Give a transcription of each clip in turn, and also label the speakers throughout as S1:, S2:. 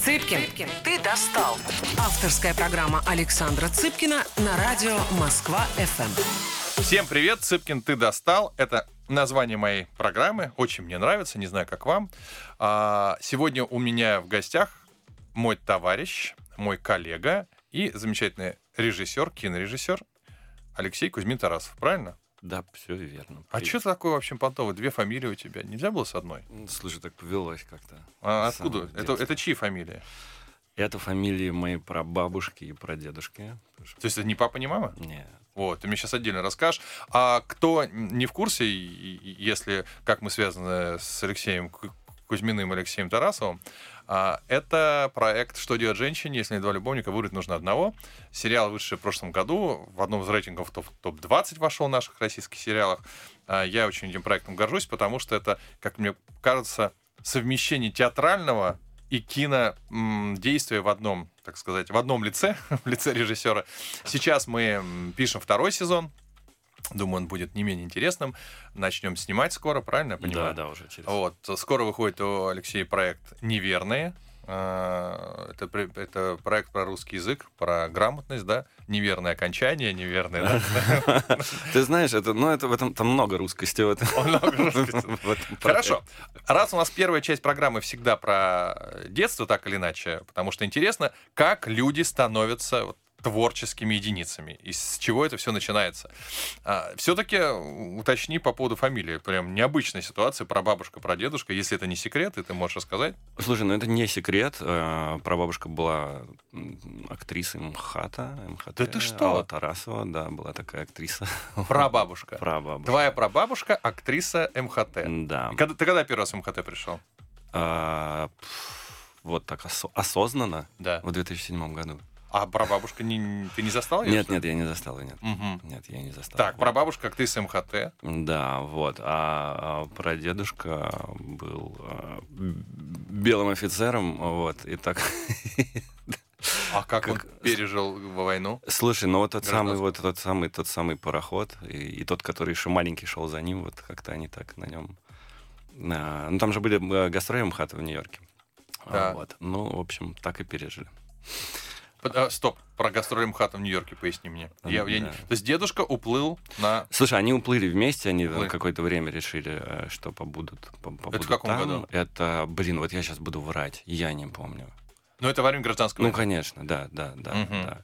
S1: Цыпкин, ты достал. Авторская программа Александра Цыпкина на радио Москва-ФМ.
S2: Всем привет, Цыпкин, ты достал. Это название моей программы. Очень мне нравится, не знаю, как вам. А, сегодня у меня в гостях мой товарищ, мой коллега и замечательный режиссер, кинорежиссер Алексей Кузьмин Тарасов, правильно?
S3: Да, все верно.
S2: А что ты такой вообще понтовый? Две фамилии у тебя. Нельзя было с одной?
S3: Слушай, так повелось как-то.
S2: А
S3: С самого
S2: откуда? Это,
S3: детства.
S2: это чьи фамилии?
S3: Это фамилии моей прабабушки и прадедушки. Потому что-
S2: То есть это не папа, не мама?
S3: Не,
S2: Вот, ты мне сейчас отдельно расскажешь. А кто не в курсе, и- и- если как мы связаны с Алексеем Ку- Кузьминым и Алексеем Тарасовым, а, это проект «Что делать женщине, если не два любовника, выбрать нужно одного». Сериал, вышедший в прошлом году, в одном из рейтингов топ- топ-20 вошел в наших российских сериалах. А, Я очень этим проектом горжусь, потому что это, как мне кажется, совмещение театрального и кино м, действия в одном, так сказать, в одном лице, в лице режиссера. Сейчас мы м, пишем второй сезон. Думаю, он будет не менее интересным. Начнем снимать скоро, правильно я понимаю?
S3: да, да, уже через.
S2: Вот. Скоро выходит у Алексея проект «Неверные». А, Это, при- это проект про русский язык, про грамотность, да? Неверное окончание, неверное, да?
S3: Ты знаешь, это, ну, это в этом там много русскости в этом.
S2: Много русскости.
S3: В этом
S2: Хорошо. э, Раз у нас первая часть программы всегда про э, детство, так или иначе, потому что интересно, как люди становятся вот творческими единицами, и с чего это все начинается. Все-таки уточни по поводу фамилии. Прям необычная ситуация про бабушка, про дедушка. Если это не секрет, и ты можешь рассказать.
S3: Слушай, ну это не секрет. Э, Прабабушка была м, актрисой МХАТа. МХТ,
S2: Да ты что?
S3: Алла Тарасова, да, была такая актриса.
S2: Прабабушка.
S3: Прабабушка.
S2: Твоя прабабушка актриса МХТ.
S3: Да.
S2: И Когда, ты когда первый раз в МХТ пришел?
S3: А, пф, Вот так осо- осознанно
S2: Да.
S3: в 2007 году.
S2: А прабабушка не, ты не застал ее?
S3: Нет,
S2: что ли?
S3: нет, я не застал ее, нет.
S2: Мгм.
S3: Нет, я не застал.
S2: Так,
S3: Вот.
S2: прабабушка актриса МХТ.
S3: Да, вот. А, а прадедушка был а, б- белым офицером, вот, и так...
S2: А как,
S3: Как-
S2: он пережил войну?
S3: Слушай, ну вот тот самый,
S2: Гражданский.
S3: вот тот самый, тот самый пароход, и, и тот, который еще маленький шел за ним, вот как-то они так на нем... а, ну, там же были э, гастроли МХАТа в Нью-Йорке. А,
S2: Да.
S3: Вот. Ну, в общем, так и пережили.
S2: Под- а, стоп, про гастроли МХАТа в Нью-Йорке поясни мне. Я- я не-
S3: Ну, Да.
S2: То есть дедушка уплыл на...
S3: Слушай, они уплыли вместе, они
S2: Уплыли.
S3: на какое-то время решили, э, что побудут, по- побудут
S2: каком
S3: там.
S2: году?
S3: Это, блин, вот я сейчас буду врать, я не помню.
S2: Ну, это во время гражданского...
S3: Ну, конечно, да, да, да,
S2: Мгм.
S3: да.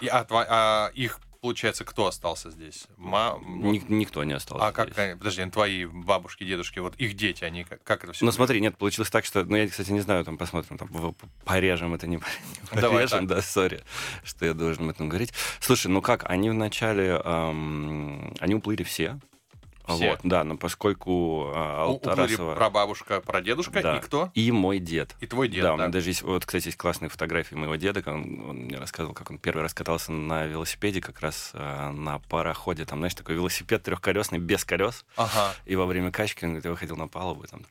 S2: И- а, тва- а их, получается, кто остался здесь? Ма...
S3: Ни- никто не остался.
S2: А как...
S3: здесь.
S2: они- Подожди, ну, твои бабушки, дедушки, вот их дети, они как, как это все?
S3: Ну смотри, нет, получилось так, что, ну я, кстати, не знаю, там посмотрим, там в- порежем это не порежем,
S2: Давай
S3: порежем, да, сори, что я должен об этом говорить. Слушай, ну как, они вначале, эм, они уплыли все.
S2: Все?
S3: Вот, да, но поскольку э, Алла
S2: Уплыли
S3: Тарасова-
S2: прабабушка, прадедушка
S3: Да.
S2: и кто?
S3: И мой дед.
S2: И твой дед,
S3: да, у
S2: да.
S3: меня даже есть, вот, кстати, есть классные фотографии моего деда, как он, он мне рассказывал, как он первый раз катался на велосипеде, как раз э, на пароходе, там, знаешь, такой велосипед трехколесный, без колес,
S2: Ага.
S3: и во время качки он говорит, я выходил на палубу, и там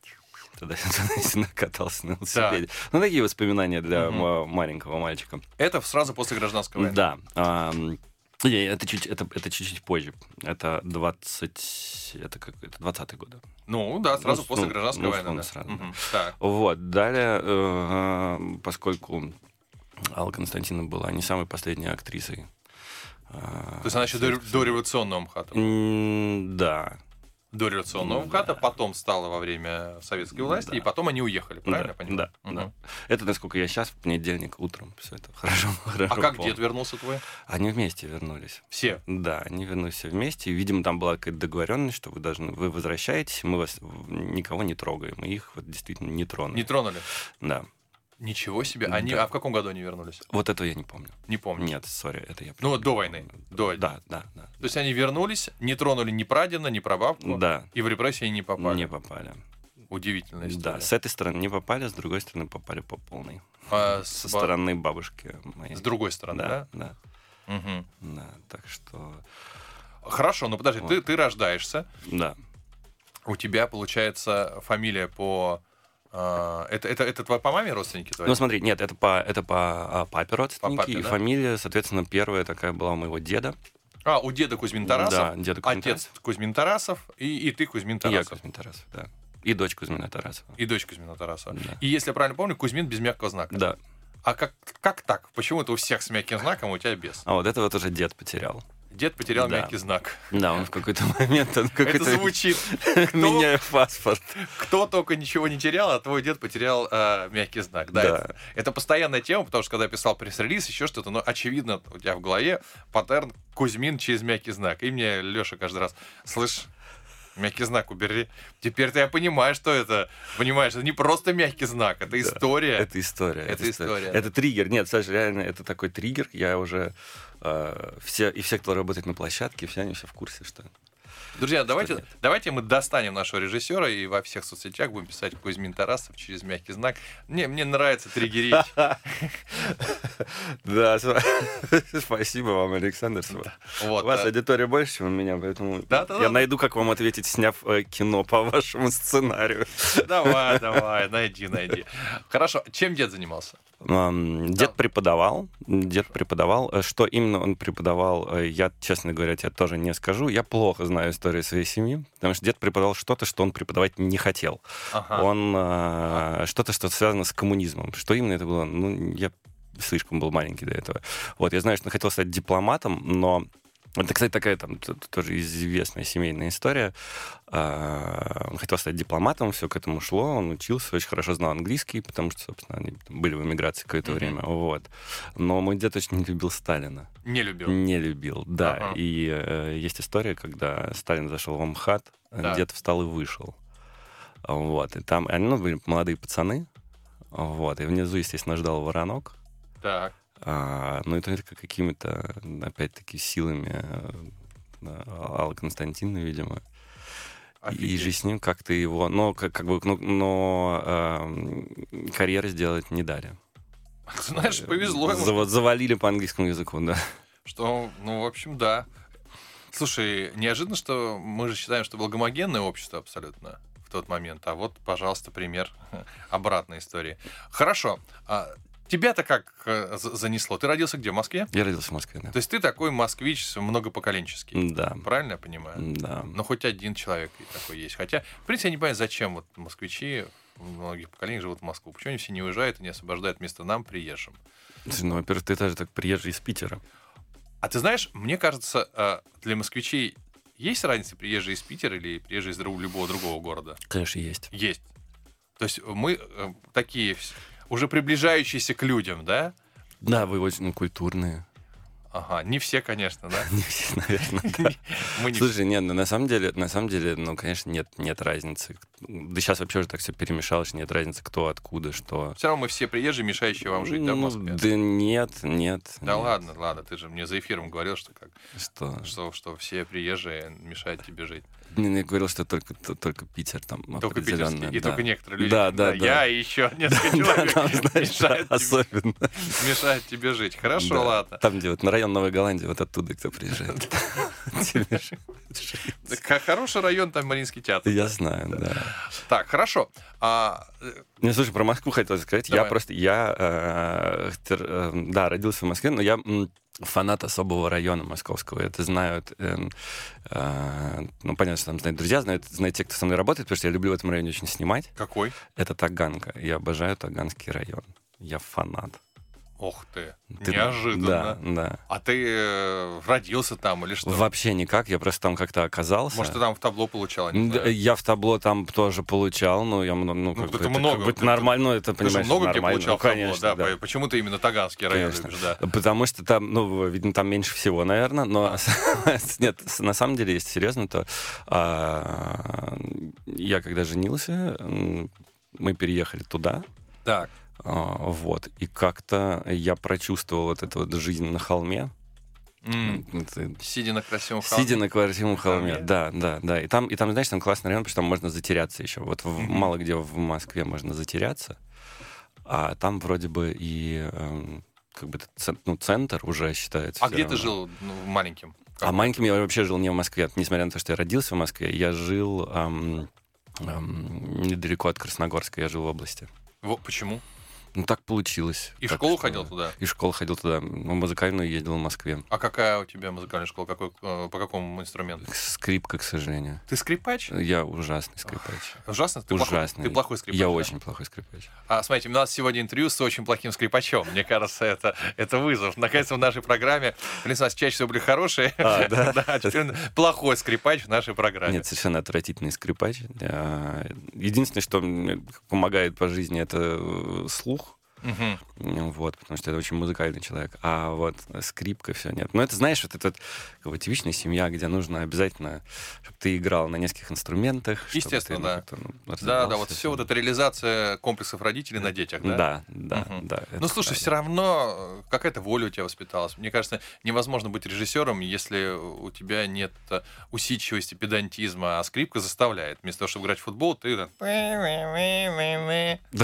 S3: туда накатался на велосипеде. Ну, такие воспоминания для
S2: Мгм.
S3: ма- маленького мальчика.
S2: Это сразу после гражданской войны.
S3: Да. ам, и Это чуть, это, это чуть-чуть позже. Это 20... Это как... Это 20 год.
S2: Ну, да, сразу
S3: Ну,
S2: после
S3: ну,
S2: гражданской
S3: ну,
S2: войны.
S3: условно,
S2: да.
S3: сразу,
S2: Мгм. Так.
S3: Вот, далее, э, поскольку Алла Константина была не самой последней актрисой. э,
S2: То есть она еще до, до революционного МХАТа.
S3: Ну, Да.
S2: до революционного
S3: Ну,
S2: МХАТа,
S3: да. Ну
S2: потом стала во время советской власти,
S3: Да.
S2: и потом они уехали, правильно я
S3: да,
S2: понимаю?
S3: Да,
S2: Мгм.
S3: да. Это насколько я сейчас, в понедельник утром, все это хорошо, хорошо
S2: А как
S3: помню.
S2: дед вернулся твой?
S3: Они вместе вернулись.
S2: Все.
S3: Да, они вернулись все вместе. И, Видимо, там была какая-то договоренность, что вы должны, вы возвращаетесь, мы вас в- никого не трогаем, и их вот действительно не тронули.
S2: Не тронули.
S3: Да.
S2: Ничего себе. Они,
S3: Да.
S2: А в каком году они вернулись?
S3: Вот этого я не помню.
S2: Не помню.
S3: Нет, сори, это я.
S2: Ну, вот до войны. До...
S3: Да, да, да.
S2: То есть они вернулись, не тронули ни прадина, ни прабабку,
S3: Да.
S2: и в репрессии не попали.
S3: Не попали.
S2: Удивительная история.
S3: Да, с этой стороны не попали, с другой стороны попали по полной.
S2: А с,
S3: Со
S2: ба-
S3: стороны бабушки моей.
S2: с другой стороны, да?
S3: да, да,
S2: Мгм.
S3: да. Так что,
S2: Хорошо, ну подожди,
S3: Вот.
S2: ты, ты рождаешься,
S3: да.
S2: у тебя, получается, фамилия по... а, это, это, это твоя по маме родственники твои?
S3: Ну смотри, нет, это по, это по а, папе родственники.
S2: папе,
S3: и
S2: да?
S3: фамилия, соответственно, первая такая была у моего деда.
S2: А, у деда Кузьмин Тарасов,
S3: Да, деда Кузьмин
S2: отец
S3: Тарасов.
S2: Кузьмин Тарасов и, и ты Кузьмин
S3: И я
S2: Тарасов.
S3: Кузьмин Тарасов, да. И дочь Кузьмина Тарасова.
S2: И дочь Кузьмина Тарасова.
S3: Да.
S2: И если я правильно помню, Кузьмин без мягкого знака.
S3: Да,
S2: А как, как так? Почему это у всех с мягким знаком, а у тебя без?
S3: А вот это вот уже дед потерял.
S2: Дед потерял
S3: Да.
S2: мягкий знак.
S3: Да, он в какой-то момент... Он
S2: Это
S3: какой-то...
S2: звучит. Кто,
S3: Меняю паспорт.
S2: кто только ничего не терял, а твой дед потерял э, мягкий знак. Да,
S3: Да.
S2: Это, это постоянная тема, потому что когда я писал пресс-релиз, еще что-то, но очевидно у тебя в голове паттерн Кузьмин через мягкий знак. И мне Леша каждый раз, слышь, мягкий знак убери. Теперь-то я понимаю, что это. Понимаешь, это не просто мягкий знак, это история.
S3: Это история.
S2: Это история, да.
S3: Это триггер. Нет, Саша, реально, это такой триггер. Я уже... э, все, и все, кто работает на площадке, все они все в курсе, что...
S2: Друзья, давайте,
S3: нет.
S2: давайте мы достанем нашего режиссера и во всех соцсетях будем писать Кузьмин Тарасов через мягкий знак. Мне, мне нравится триггерить.
S3: Да, с- спасибо вам, Александр.
S2: Вот, э,
S3: У вас
S2: да.
S3: аудитория больше, чем у меня, поэтому
S2: Да, да,
S3: я
S2: да.
S3: найду, как вам ответить, сняв э, кино по вашему сценарию.
S2: Давай, давай, найди, найди. Хорошо, чем дед занимался?
S3: Ам, Дед преподавал, дед преподавал. Э, Что именно он преподавал, э, я, честно говоря, тебе тоже не скажу. Я плохо знаю историю своей семьи, потому что дед преподавал что-то, что он преподавать не хотел.
S2: Ага.
S3: Он э, что-то, что связано с коммунизмом. Что именно это было? Ну, я слишком был маленький до этого. Вот, я знаю, что он хотел стать дипломатом, но это, кстати, такая там т- т- тоже известная семейная история. А, Он хотел стать дипломатом, все к этому шло, он учился, очень хорошо знал английский, потому что, собственно, они там были в эмиграции какое-то
S2: Мгм.
S3: время. Вот. Но мой дед очень не любил Сталина.
S2: Не любил.
S3: Не любил, да.
S2: Ага.
S3: И э, есть история, когда Сталин зашел в Амхат,
S2: Да.
S3: дед встал и вышел. Вот, и там, они, ну, были молодые пацаны, вот, и внизу, естественно, ждал воронок.
S2: Так.
S3: А, ну, и только какими-то, опять-таки, силами э, да, Аллы Константиновны, видимо. И
S2: офигеть.
S3: же с ним как-то его... Но, как, как бы, ну, но эм, карьеры сделать не дали. Э,
S2: Знаешь, повезло ему,
S3: Зава- завалили по английскому языку, да.
S2: что, ну, в общем, да. Слушай, неожиданно, что мы же считаем, что благомогенное общество абсолютно в тот момент. А вот, пожалуйста, пример обратной истории. Хорошо. а тебя-то как э, за- занесло? Ты родился где? В Москве?
S3: Я родился в Москве, да.
S2: То есть ты такой москвич многопоколенческий.
S3: Да.
S2: Правильно я понимаю?
S3: Да.
S2: Ну, хоть один человек и такой есть. Хотя, в принципе, я не понимаю, зачем вот москвичи многих поколений живут в Москву. Почему они все не уезжают и не освобождают место нам, приезжим?
S3: Слушай, ну, во-первых, ты даже так приезжий из Питера.
S2: А ты знаешь, мне кажется, э, для москвичей есть разница, приезжие из Питера или приезжие из друг- любого другого города?
S3: Конечно, есть.
S2: Есть. То есть мы э, такие вс- уже приближающиеся к людям, да?
S3: Да, вы очень ну, культурные.
S2: Ага, не все, конечно, да?
S3: Не все, наверное, да.
S2: Мы не
S3: Слушай, нет, ну, на самом деле, на самом деле, ну, конечно, нет, нет разницы. Да сейчас вообще уже так все перемешалось, нет разницы, кто откуда, что.
S2: Все равно мы все приезжие, мешающие вам жить, да, в
S3: Ну,
S2: Москве?
S3: да нет, нет.
S2: Да
S3: нет.
S2: ладно, ладно, ты же мне за эфиром говорил, что как,
S3: Что?
S2: что, что все приезжие мешают тебе жить.
S3: Не, ну, я говорил, что только, т- только Питер там
S2: Только питерские,
S3: определенно,
S2: и
S3: да.
S2: только некоторые люди.
S3: Да, да, да.
S2: Я и еще несколько
S3: Да,
S2: человек
S3: там, знаешь, да,
S2: мешают, тебе,
S3: особенно.
S2: мешают тебе жить. Хорошо,
S3: Да.
S2: ладно.
S3: Там, где вот на район Новой Голландии, вот оттуда кто приезжает. Тебе же-
S2: Так, х- Хороший район, там Мариинский театр.
S3: Я знаю, да.
S2: Так, хорошо. А, э,
S3: Не, слушай, про Москву хотел сказать. Я
S2: Давай.
S3: просто, я, э, тер- э, да, родился в Москве, но я м, фанат особого района московского. Это знают, эм, э, ну, понятно, что там знают друзья, знают, знают те, кто со мной работает, потому что я люблю в этом районе очень снимать.
S2: какой?
S3: Это Таганка. Я обожаю Таганский район. Я фанат.
S2: Ох ты,
S3: Ты- Да,
S2: неожиданно.
S3: да.
S2: А ты э, родился там или что?
S3: Вообще никак, я просто там как-то оказался.
S2: Может, ты там в табло получал? не
S3: М, да, э,
S2: знаю.
S3: Я в табло там тоже получал, но я мно- ну, как
S2: это
S3: бы это,
S2: много.
S3: как бы это
S2: Ты-
S3: нормально, ну, это
S2: Ты же
S3: понимаешь,
S2: много где
S3: нормально.
S2: получал
S3: Ну,
S2: в табло,
S3: конечно,
S2: да?
S3: да.
S2: по- Почему ты именно Таганский район
S3: Конечно.
S2: любишь, да?
S3: Потому что там, ну, видно, там меньше всего, наверное, но нет, с- на самом деле, если серьезно, то а, я когда женился, м, мы переехали туда,
S2: Так,
S3: а, вот, и как-то я прочувствовал вот эту вот жизнь на холме, э,
S2: м,
S3: Это-
S2: сидя на красивом холме.
S3: Сидя на квартирном холме.
S2: холме?
S3: Да, да, да. И там, и там, знаешь, там классный район, потому что там можно затеряться еще. Вот в-
S2: Мгм.
S3: мало где в Москве можно затеряться. А там вроде бы и эм, как бы это цен- ну, центр уже считается.
S2: А
S3: всё
S2: где ты
S3: равно.
S2: жил ну, в маленьком?
S3: А маленьким я вообще жил не в Москве. Несмотря на то, что я родился в Москве, я жил эм, эм, недалеко от Красногорска, я жил в области.
S2: Во- Почему?
S3: Ну, так получилось.
S2: И в
S3: Так
S2: школу
S3: что-
S2: ходил туда?
S3: И в школу ходил туда. Ну, музыкальную ездил в Москве.
S2: А какая у тебя музыкальная школа? Какой, э, по какому инструменту?
S3: Скрипка, к сожалению.
S2: Ты скрипач?
S3: Я ужасный скрипач.
S2: Ужасно? Ты
S3: ужасный.
S2: Плохой, ты плохой скрипач.
S3: Я
S2: да?
S3: очень плохой скрипач.
S2: А, смотрите, у нас сегодня интервью с очень плохим скрипачом. Мне кажется, это, это вызов. Наконец-то в нашей программе. Блин, у нас чаще всего были хорошие.
S3: А, да?
S2: а теперь плохой скрипач в нашей программе.
S3: Нет, совершенно отвратительный скрипач. А, Единственное, что мне помогает по жизни, это э, слух.
S2: Мгм.
S3: Ну, Вот, потому что это очень музыкальный человек. А вот скрипка, все нет. Но это, знаешь, вот это вот, как бы типичная семья, где нужно обязательно, чтобы ты играл на нескольких инструментах. чтобы ты,
S2: Естественно,
S3: ну,
S2: да.
S3: как-то, ну,
S2: Да,
S3: развивался,
S2: да, вот все вот эта реализация комплексов родителей на детях, да?
S3: Да, да,
S2: Мгм.
S3: да. это
S2: Ну, слушай,
S3: правда.
S2: все равно э, какая-то воля у тебя воспиталась. Мне кажется, невозможно быть режиссером, если у тебя нет э, усидчивости, педантизма, а скрипка заставляет. Вместо того, чтобы играть в футбол, ты... да,
S3: Да,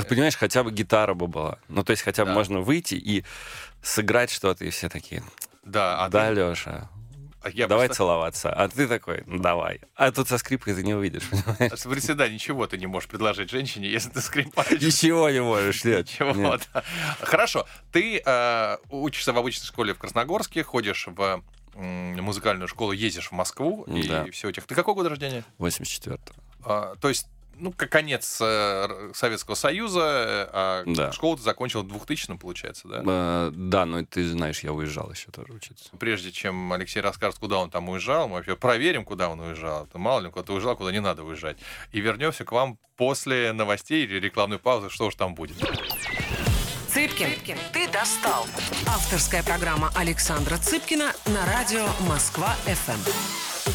S3: понимаешь, хотя бы гитара бы была. Ну, то есть хотя бы
S2: Да.
S3: можно выйти и сыграть что-то, и все такие,
S2: Да, а
S3: да,
S2: ты-
S3: Леша,
S2: а я
S3: давай
S2: просто-
S3: целоваться. А ты такой, ну, давай. А тут со скрипкой ты не увидишь, понимаешь?
S2: Смотри, да, ничего ты не можешь предложить женщине, если ты скрипаешь.
S3: Ничего не можешь, нет.
S2: Ничего.
S3: нет.
S2: да. Хорошо, ты э, учишься в обычной школе в Красногорске, ходишь в м, музыкальную школу, ездишь в Москву
S3: Да.
S2: и все этих. Ты какого года рождения?
S3: 84-го.
S2: А, то есть, ну, как конец э, Р- Советского Союза, э, а
S3: Да.
S2: школу ты закончил в 2000 получается, да?
S3: Э, Да, ну ты знаешь, я уезжал еще тоже учиться.
S2: Прежде чем Алексей расскажет, куда он там уезжал, мы вообще проверим, куда он уезжал. Это мало ли, он куда-то уезжал, куда не надо уезжать. И вернемся к вам после новостей или рекламной паузы, что уж там будет.
S1: Цыпкин, ты достал. Авторская программа Александра Цыпкина на радио Москва-ФМ.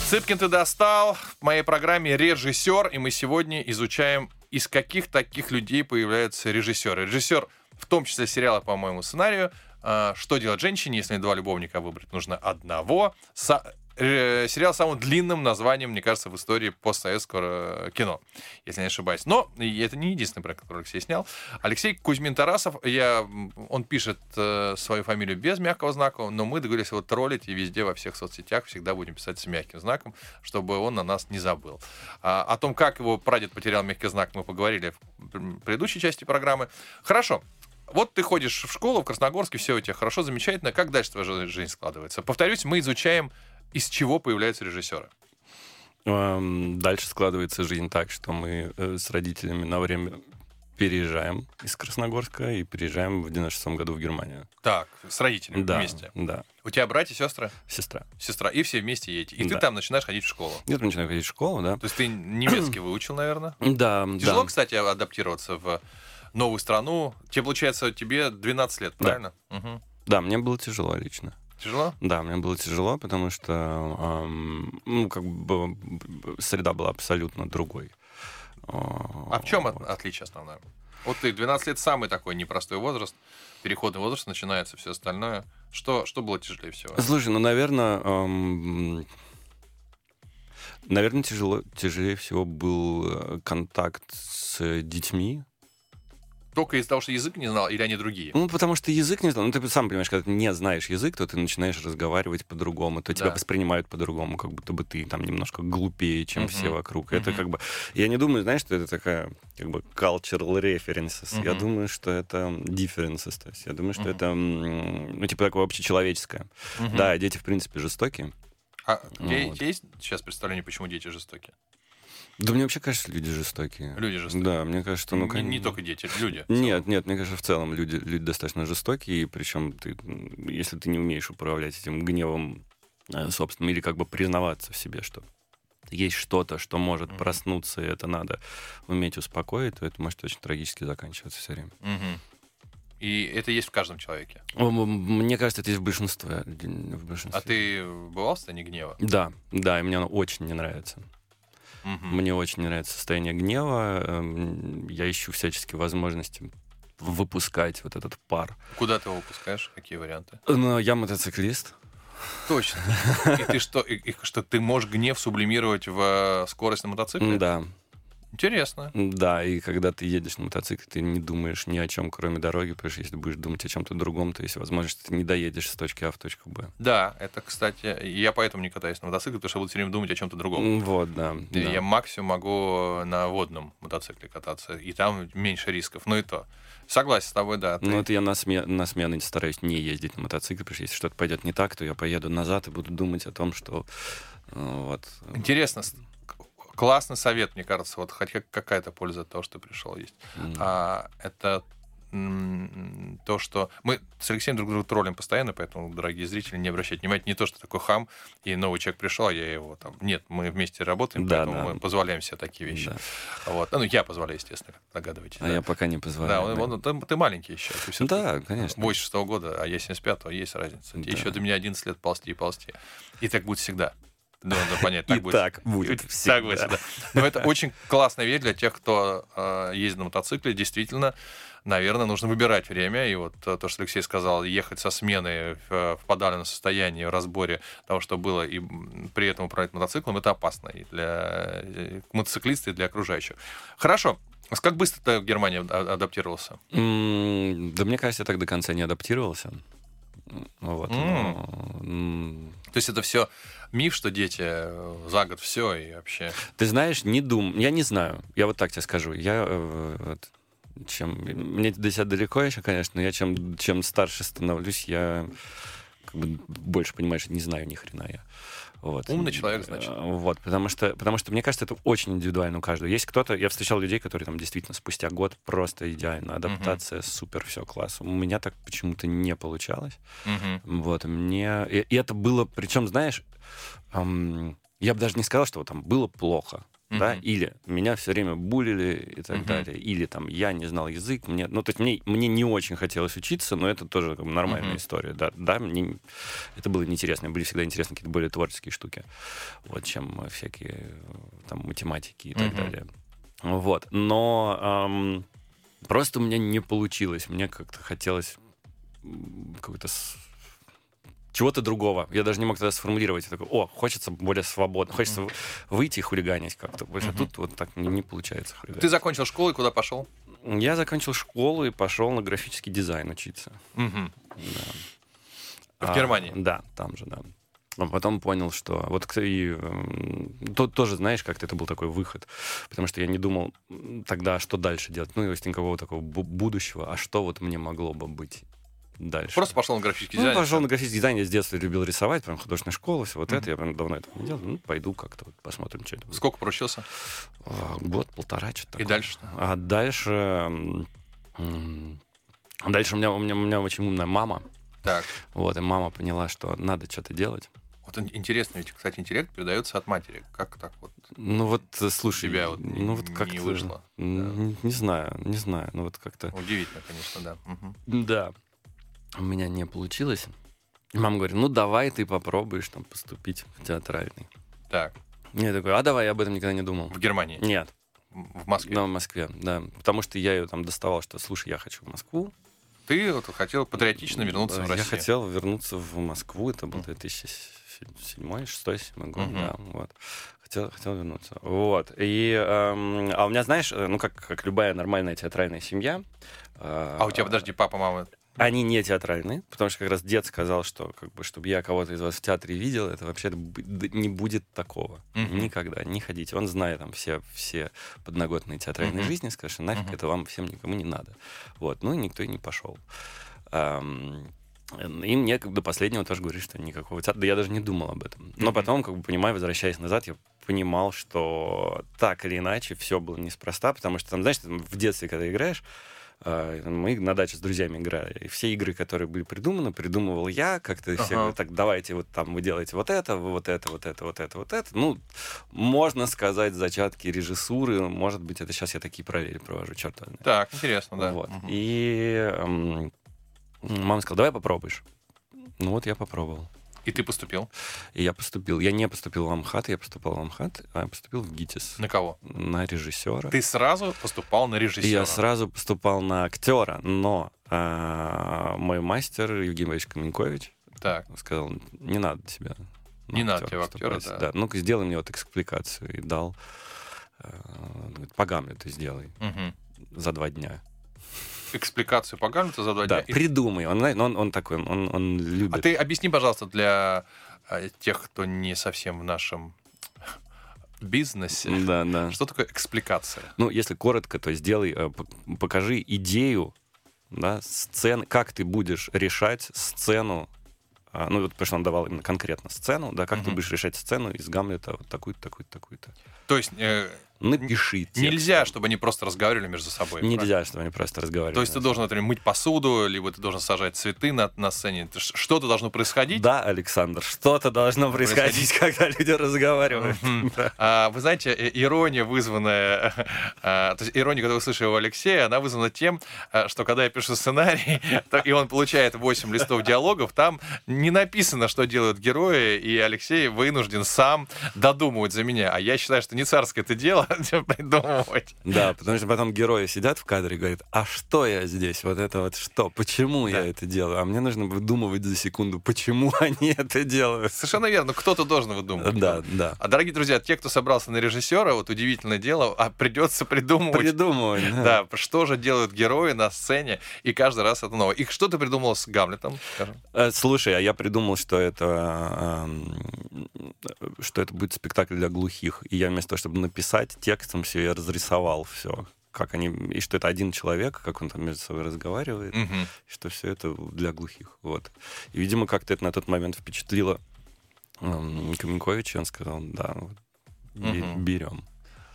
S2: Цыпкин ты достал. В моей программе режиссер, и мы сегодня изучаем, из каких таких людей появляются режиссеры. Режиссер, в том числе сериала по моему сценарию, а, «Что делать женщине, если два любовника выбрать? Нужно одного». Са- э, сериал с самым длинным названием, мне кажется, в истории постсоветского э, кино, если не ошибаюсь. Но и это не единственный проект, который Алексей снял. Алексей Кузьмин Тарасов, я, м, он пишет э, свою фамилию без мягкого знака, но мы договорились его троллить и везде во всех соцсетях всегда будем писать с мягким знаком, чтобы он на нас не забыл. А, о том, как его прадед потерял мягкий знак, мы поговорили в м, предыдущей части программы. Хорошо. Вот ты ходишь в школу в Красногорске, все у тебя хорошо, замечательно. Как дальше твоя жи- жизнь складывается? Повторюсь, мы изучаем, из чего появляются режиссеры.
S3: Эм, Дальше складывается жизнь так, что мы э, с родителями на время переезжаем из Красногорска и переезжаем в 96 году в Германию.
S2: Так, с родителями
S3: Да,
S2: вместе.
S3: да,
S2: У тебя братья, сестры,
S3: сестра.
S2: сестра, и все вместе едете. И ты
S3: Да.
S2: там начинаешь ходить в школу.
S3: Нет, мы начинаем ходить в школу, да.
S2: То есть ты немецкий выучил, наверное.
S3: Да,
S2: Тяжело,
S3: да.
S2: кстати, адаптироваться в новую страну. Тебе, получается, тебе 12 лет,
S3: Да.
S2: правильно? Мгм.
S3: Да, мне было тяжело лично.
S2: Тяжело?
S3: Да, мне было тяжело, потому что эм, ну, как бы б- б- среда была абсолютно другой.
S2: А в чем от- отличие основное? Вот ты 12 лет самый такой непростой возраст, переходный возраст, начинается все остальное. Что, что было тяжелее всего?
S3: Слушай, ну, наверное, эм, наверное, тяжело, тяжелее всего был э, контакт с э, детьми.
S2: Только из-за того, что язык не знал, или они другие?
S3: Ну, потому что язык не знал. Ну, ты сам понимаешь, когда ты не знаешь язык, то ты начинаешь разговаривать по-другому, то тебя
S2: Да.
S3: воспринимают по-другому, как будто бы ты там немножко глупее, чем
S2: Мгм.
S3: все вокруг. Это
S2: Мгм.
S3: как бы... Я не думаю, знаешь, что это такая как бы cultural references. Я
S2: Мгм.
S3: думаю, что это differences. То есть я думаю, что
S2: Мгм.
S3: это, м, ну, типа такое общечеловеческое.
S2: Мгм.
S3: Да, дети, в принципе, жестокие.
S2: А у тебя
S3: вот.
S2: есть сейчас представление, почему дети жестокие?
S3: Да мне вообще кажется, люди жестокие.
S2: Люди жестокие.
S3: Да, мне кажется, что... Ну,
S2: не, не
S3: кон-
S2: только дети, люди.
S3: Нет, нет, мне кажется, в целом люди, люди достаточно жестокие, и причем ты, м, если ты не умеешь управлять этим гневом э, собственным, или как бы признаваться в себе, что есть что-то, что может
S2: Мгм.
S3: проснуться, и это надо уметь успокоить, то это может очень трагически заканчиваться все время.
S2: Мгм. И это есть в каждом человеке.
S3: М, м, Мне кажется, это есть в большинстве. В большинстве.
S2: А ты бывал в состоянии гнева?
S3: Да, да, и мне оно очень не нравится.
S2: Мгм.
S3: Мне очень нравится состояние гнева. эм, Я ищу всячески возможности выпускать вот этот пар.
S2: Куда ты его пускаешь? Какие варианты?
S3: Но Ну, я мотоциклист.
S2: Точно. И ты что, и- и что ты можешь гнев сублимировать в э, скорость на мотоцикле?
S3: Да.
S2: Интересно.
S3: Да, и когда ты едешь на мотоцикле, ты не думаешь ни о чем, кроме дороги, потому что если будешь думать о чем-то другом, то есть возможность ты не доедешь с точки А в точку Б.
S2: Да, это, кстати, я поэтому не катаюсь на мотоцикле, потому что буду все время думать о чем-то другом.
S3: М, Вот, да. да.
S2: Я максимум могу на водном мотоцикле кататься, и там меньше рисков, ну и то. Согласен с тобой, да. ты-
S3: Ну, это я на, сме- на смены стараюсь не ездить на мотоцикле, потому что если что-то пойдет не так, то я поеду назад и буду думать о том, что э, вот.
S2: Интересно, с- к- классный совет, мне кажется, вот хоть как- какая-то польза от того, что ты пришел есть.
S3: м,
S2: А, это м, то, что мы с Алексеем друг друга троллим постоянно, поэтому, дорогие зрители, не обращайте внимания, не то, что такой хам, и новый человек пришел, а я его там... Нет, мы вместе работаем,
S3: Да,
S2: поэтому
S3: да.
S2: мы позволяем себе такие вещи.
S3: да.
S2: Вот. Ну, я позволяю, естественно, как догадываетесь.
S3: А
S2: да.
S3: я пока не позволяю.
S2: Да, он- он- ты, ты маленький еще. Ты всё-таки
S3: Да, конечно.
S2: 86-го года, а я 75-го, есть разница.
S3: Да.
S2: Еще до меня 11 лет ползти и ползти. И так будет всегда. Да, надо понять,
S3: И
S2: так будет.
S3: так будет
S2: И
S3: всегда.
S2: Так будет всегда. Но это очень классная вещь для тех, кто э, ездит на мотоцикле. Действительно, наверное, нужно выбирать время. И вот э, то, что Алексей сказал, ехать со смены в, э, в подавленном состоянии, в разборе того, что было, и м, при этом управлять мотоциклом, это опасно и для э, мотоциклиста, и для окружающих. Хорошо. А Как быстро ты в Германии а- адаптировался?
S3: М, Да мне кажется, я так до конца не адаптировался. М, Вот.
S2: М.
S3: но, м,
S2: То есть это все миф, что дети э, за год все и вообще.
S3: Ты знаешь, не дум... Я не знаю. Я вот так тебе скажу. Я э, вот, чем... Мне до себя далеко еще, конечно, но я чем, чем старше становлюсь, я как бы больше понимаешь, не знаю ни хрена я. Вот.
S2: Умный человек, значит.
S3: Э, Вот, потому что, потому что, мне кажется, это очень индивидуально у каждого. Есть кто-то, я встречал людей, которые там действительно спустя год просто идеально, адаптация, супер, все, класс. У меня так почему-то не получалось.
S2: Мгм.
S3: Вот, мне... И, и это было, причем, знаешь, ам, я бы даже не сказал, что вот там было плохо, да,
S2: Мгм.
S3: или меня все время булили и так
S2: Мгм.
S3: далее, или там я не знал язык, мне... Ну, то есть мне, мне не очень хотелось учиться, но это тоже как бы нормальная
S2: Мгм.
S3: история, да, да, мне это было неинтересно, мне были всегда интересны какие-то более творческие штуки, вот, чем э, всякие э, там математики и так
S2: Мгм.
S3: далее. Вот, но ам, просто у меня не получилось, мне как-то хотелось м, какой-то с- чего-то другого. Я даже не мог тогда сформулировать. Я такой, о, хочется более свободно, хочется вы- выйти и хулиганить как-то. больше. А
S2: Мгм.
S3: тут вот так не, не получается хулиганить.
S2: Ты закончил школу и куда пошел?
S3: Я закончил школу и пошел на графический дизайн учиться.
S2: Мгм. В
S3: А,
S2: Германии?
S3: Да, там же, да. А потом понял, что... Вот, кстати, тут тоже, знаешь, как-то это был такой выход. Потому что я не думал м, тогда, что дальше делать. Ну, и есть никакого такого бу- будущего. А что вот мне могло бы быть дальше?
S2: Просто пошел на графический
S3: Ну,
S2: дизайн.
S3: пошел на графический дизайн, я с детства любил рисовать, прям художественная школа, все вот
S2: Мгм.
S3: это, я прям давно этого не делал, ну, пойду как-то вот посмотрим, что это будет.
S2: Сколько проучился?
S3: А, Год-полтора, что-то
S2: И дальше что?
S3: А дальше... м, м, Дальше у меня, у, меня, у меня очень умная мама,
S2: Так.
S3: вот, и мама поняла, что надо что-то делать.
S2: Вот ин- интересно, ведь, кстати, интеллект передается от матери. Как так вот?
S3: Ну вот, э, слушай,
S2: Тебя вот
S3: ну вот
S2: не
S3: как
S2: вышло,
S3: Не, знаю, не знаю, ну вот как-то...
S2: Удивительно, конечно, да. Мгм.
S3: Да, у меня не получилось. И Мама говорит, ну давай ты попробуешь там поступить в театральный.
S2: Так,
S3: Я такой, а давай, я об этом никогда не думал.
S2: в Германии,
S3: Нет,
S2: м, в Москве.
S3: да, в Москве, да. Потому что я ее там доставал, что, слушай, я хочу в Москву.
S2: Ты вот хотел патриотично вернуться
S3: Да,
S2: в Россию.
S3: Я хотел вернуться в Москву, это был
S2: Мгм.
S3: 2007 шестой, седьмой год,
S2: Мгм.
S3: да, вот. Хотел, хотел вернуться. Вот. И, эм, а у меня, знаешь, э, ну, как, как любая нормальная театральная семья... э,
S2: А у тебя, подожди, папа, мама...
S3: Они не театральные, потому что как раз дед сказал, что как бы, чтобы я кого-то из вас в театре видел, это вообще б- д- не будет такого.
S2: Мгм.
S3: Никогда, не ходите. Он знает там все, все подноготные театральные
S2: Мгм.
S3: жизни, скажет, что нафиг
S2: Мгм.
S3: это вам всем никому не надо. Вот, ну и никто и не пошел. Ам, И мне как бы до последнего тоже говорили, что никакого театра. Да я даже не думал об этом. Но
S2: Мгм.
S3: потом, как бы понимаю, возвращаясь назад, я понимал, что так или иначе все было неспроста, потому что там, знаешь, там в детстве, когда играешь, э, мы на даче с друзьями играли. И все игры, которые были придуманы, придумывал я. Как-то все
S2: Ага.
S3: говорят, так, давайте вот там вы делаете вот это, вы вот это, вот это, вот это, вот это. Ну, можно сказать, зачатки режиссуры. Может быть, это сейчас я такие параллели провожу, черт возьми.
S2: Так, интересно, Ну да.
S3: Вот.
S2: Мгм.
S3: И эм, мама сказала, давай попробуешь. Ну вот я попробовал.
S2: И ты поступил?
S3: И я поступил. Я не поступил в Амхат, я поступал в Амхат, а поступил в ГИТИС
S2: На кого?
S3: на режиссера.
S2: Ты сразу поступал на
S3: И
S2: режиссера.
S3: я сразу поступал на актера, но а, мой мастер Евгений Борисович Каменкович
S2: Так.
S3: сказал, не надо тебя. на
S2: Не надо
S3: актера
S2: тебе в актера,
S3: поступать».
S2: да.
S3: Ну-ка, сделай мне вот экспликацию. И дал Он говорит, по Гамлету сделай
S2: Мгм.
S3: за два дня.
S2: Экспликацию по Гамлету за два
S3: Да,
S2: дня. И-
S3: придумай. Он, знаешь, он, он такой, он, он, он любит.
S2: А ты объясни, пожалуйста, для э, тех, кто не совсем в нашем бизнесе,
S3: Да, да.
S2: что такое экспликация?
S3: Ну, если коротко, то сделай, э, п- покажи идею, да, сцен, как ты будешь решать сцену, а, ну, вот, потому что он давал именно конкретно сцену, да, как ты
S2: Мгм.
S3: будешь решать сцену из Гамлета вот такую-то, такую-то, такую-то.
S2: То есть э,
S3: Напиши текст.
S2: нельзя, чтобы они просто разговаривали между собой. правильно?
S3: Нельзя, чтобы они просто разговаривали.
S2: То есть ты должен, например, мыть посуду, либо ты должен сажать цветы на, на сцене. Ты ш- Что-то должно происходить.
S3: Да, Александр, что-то должно происходить, когда люди разговаривают.
S2: Мгм. А, Вы знаете, э, ирония, вызванная... а, То есть ирония, которую услышали у Алексея, она вызвана тем, а, что когда я пишу сценарий, то- и он получает 8 листов диалогов, там не написано, что делают герои, и Алексей вынужден сам додумывать за меня. А я считаю, что не царское это дело придумывать.
S3: Да, потому что потом герои сидят в кадре и говорят, а что я здесь, вот это вот что, почему я
S2: Да.
S3: это делаю? А мне нужно выдумывать за секунду, почему они это делают.
S2: Совершенно верно, кто-то должен выдумывать.
S3: Да, да.
S2: А, дорогие друзья, те, кто собрался на режиссера, вот удивительное дело, а придется придумывать
S3: Придумывай.
S2: Да, что же делают герои на сцене, и каждый раз это новое. И что ты придумал с Гамлетом? скажем?
S3: Э, Слушай, а я придумал, что это, эм, что это будет спектакль для глухих. И я вместо того, чтобы написать текстом все, я разрисовал все. Как они, и что это один человек, как он там между собой разговаривает,
S2: Мгм.
S3: что все это для глухих. Вот. И, видимо, как-то это на тот момент впечатлило эм, Каменковича, и он сказал, да, вот, бе-
S2: Мгм.
S3: берем.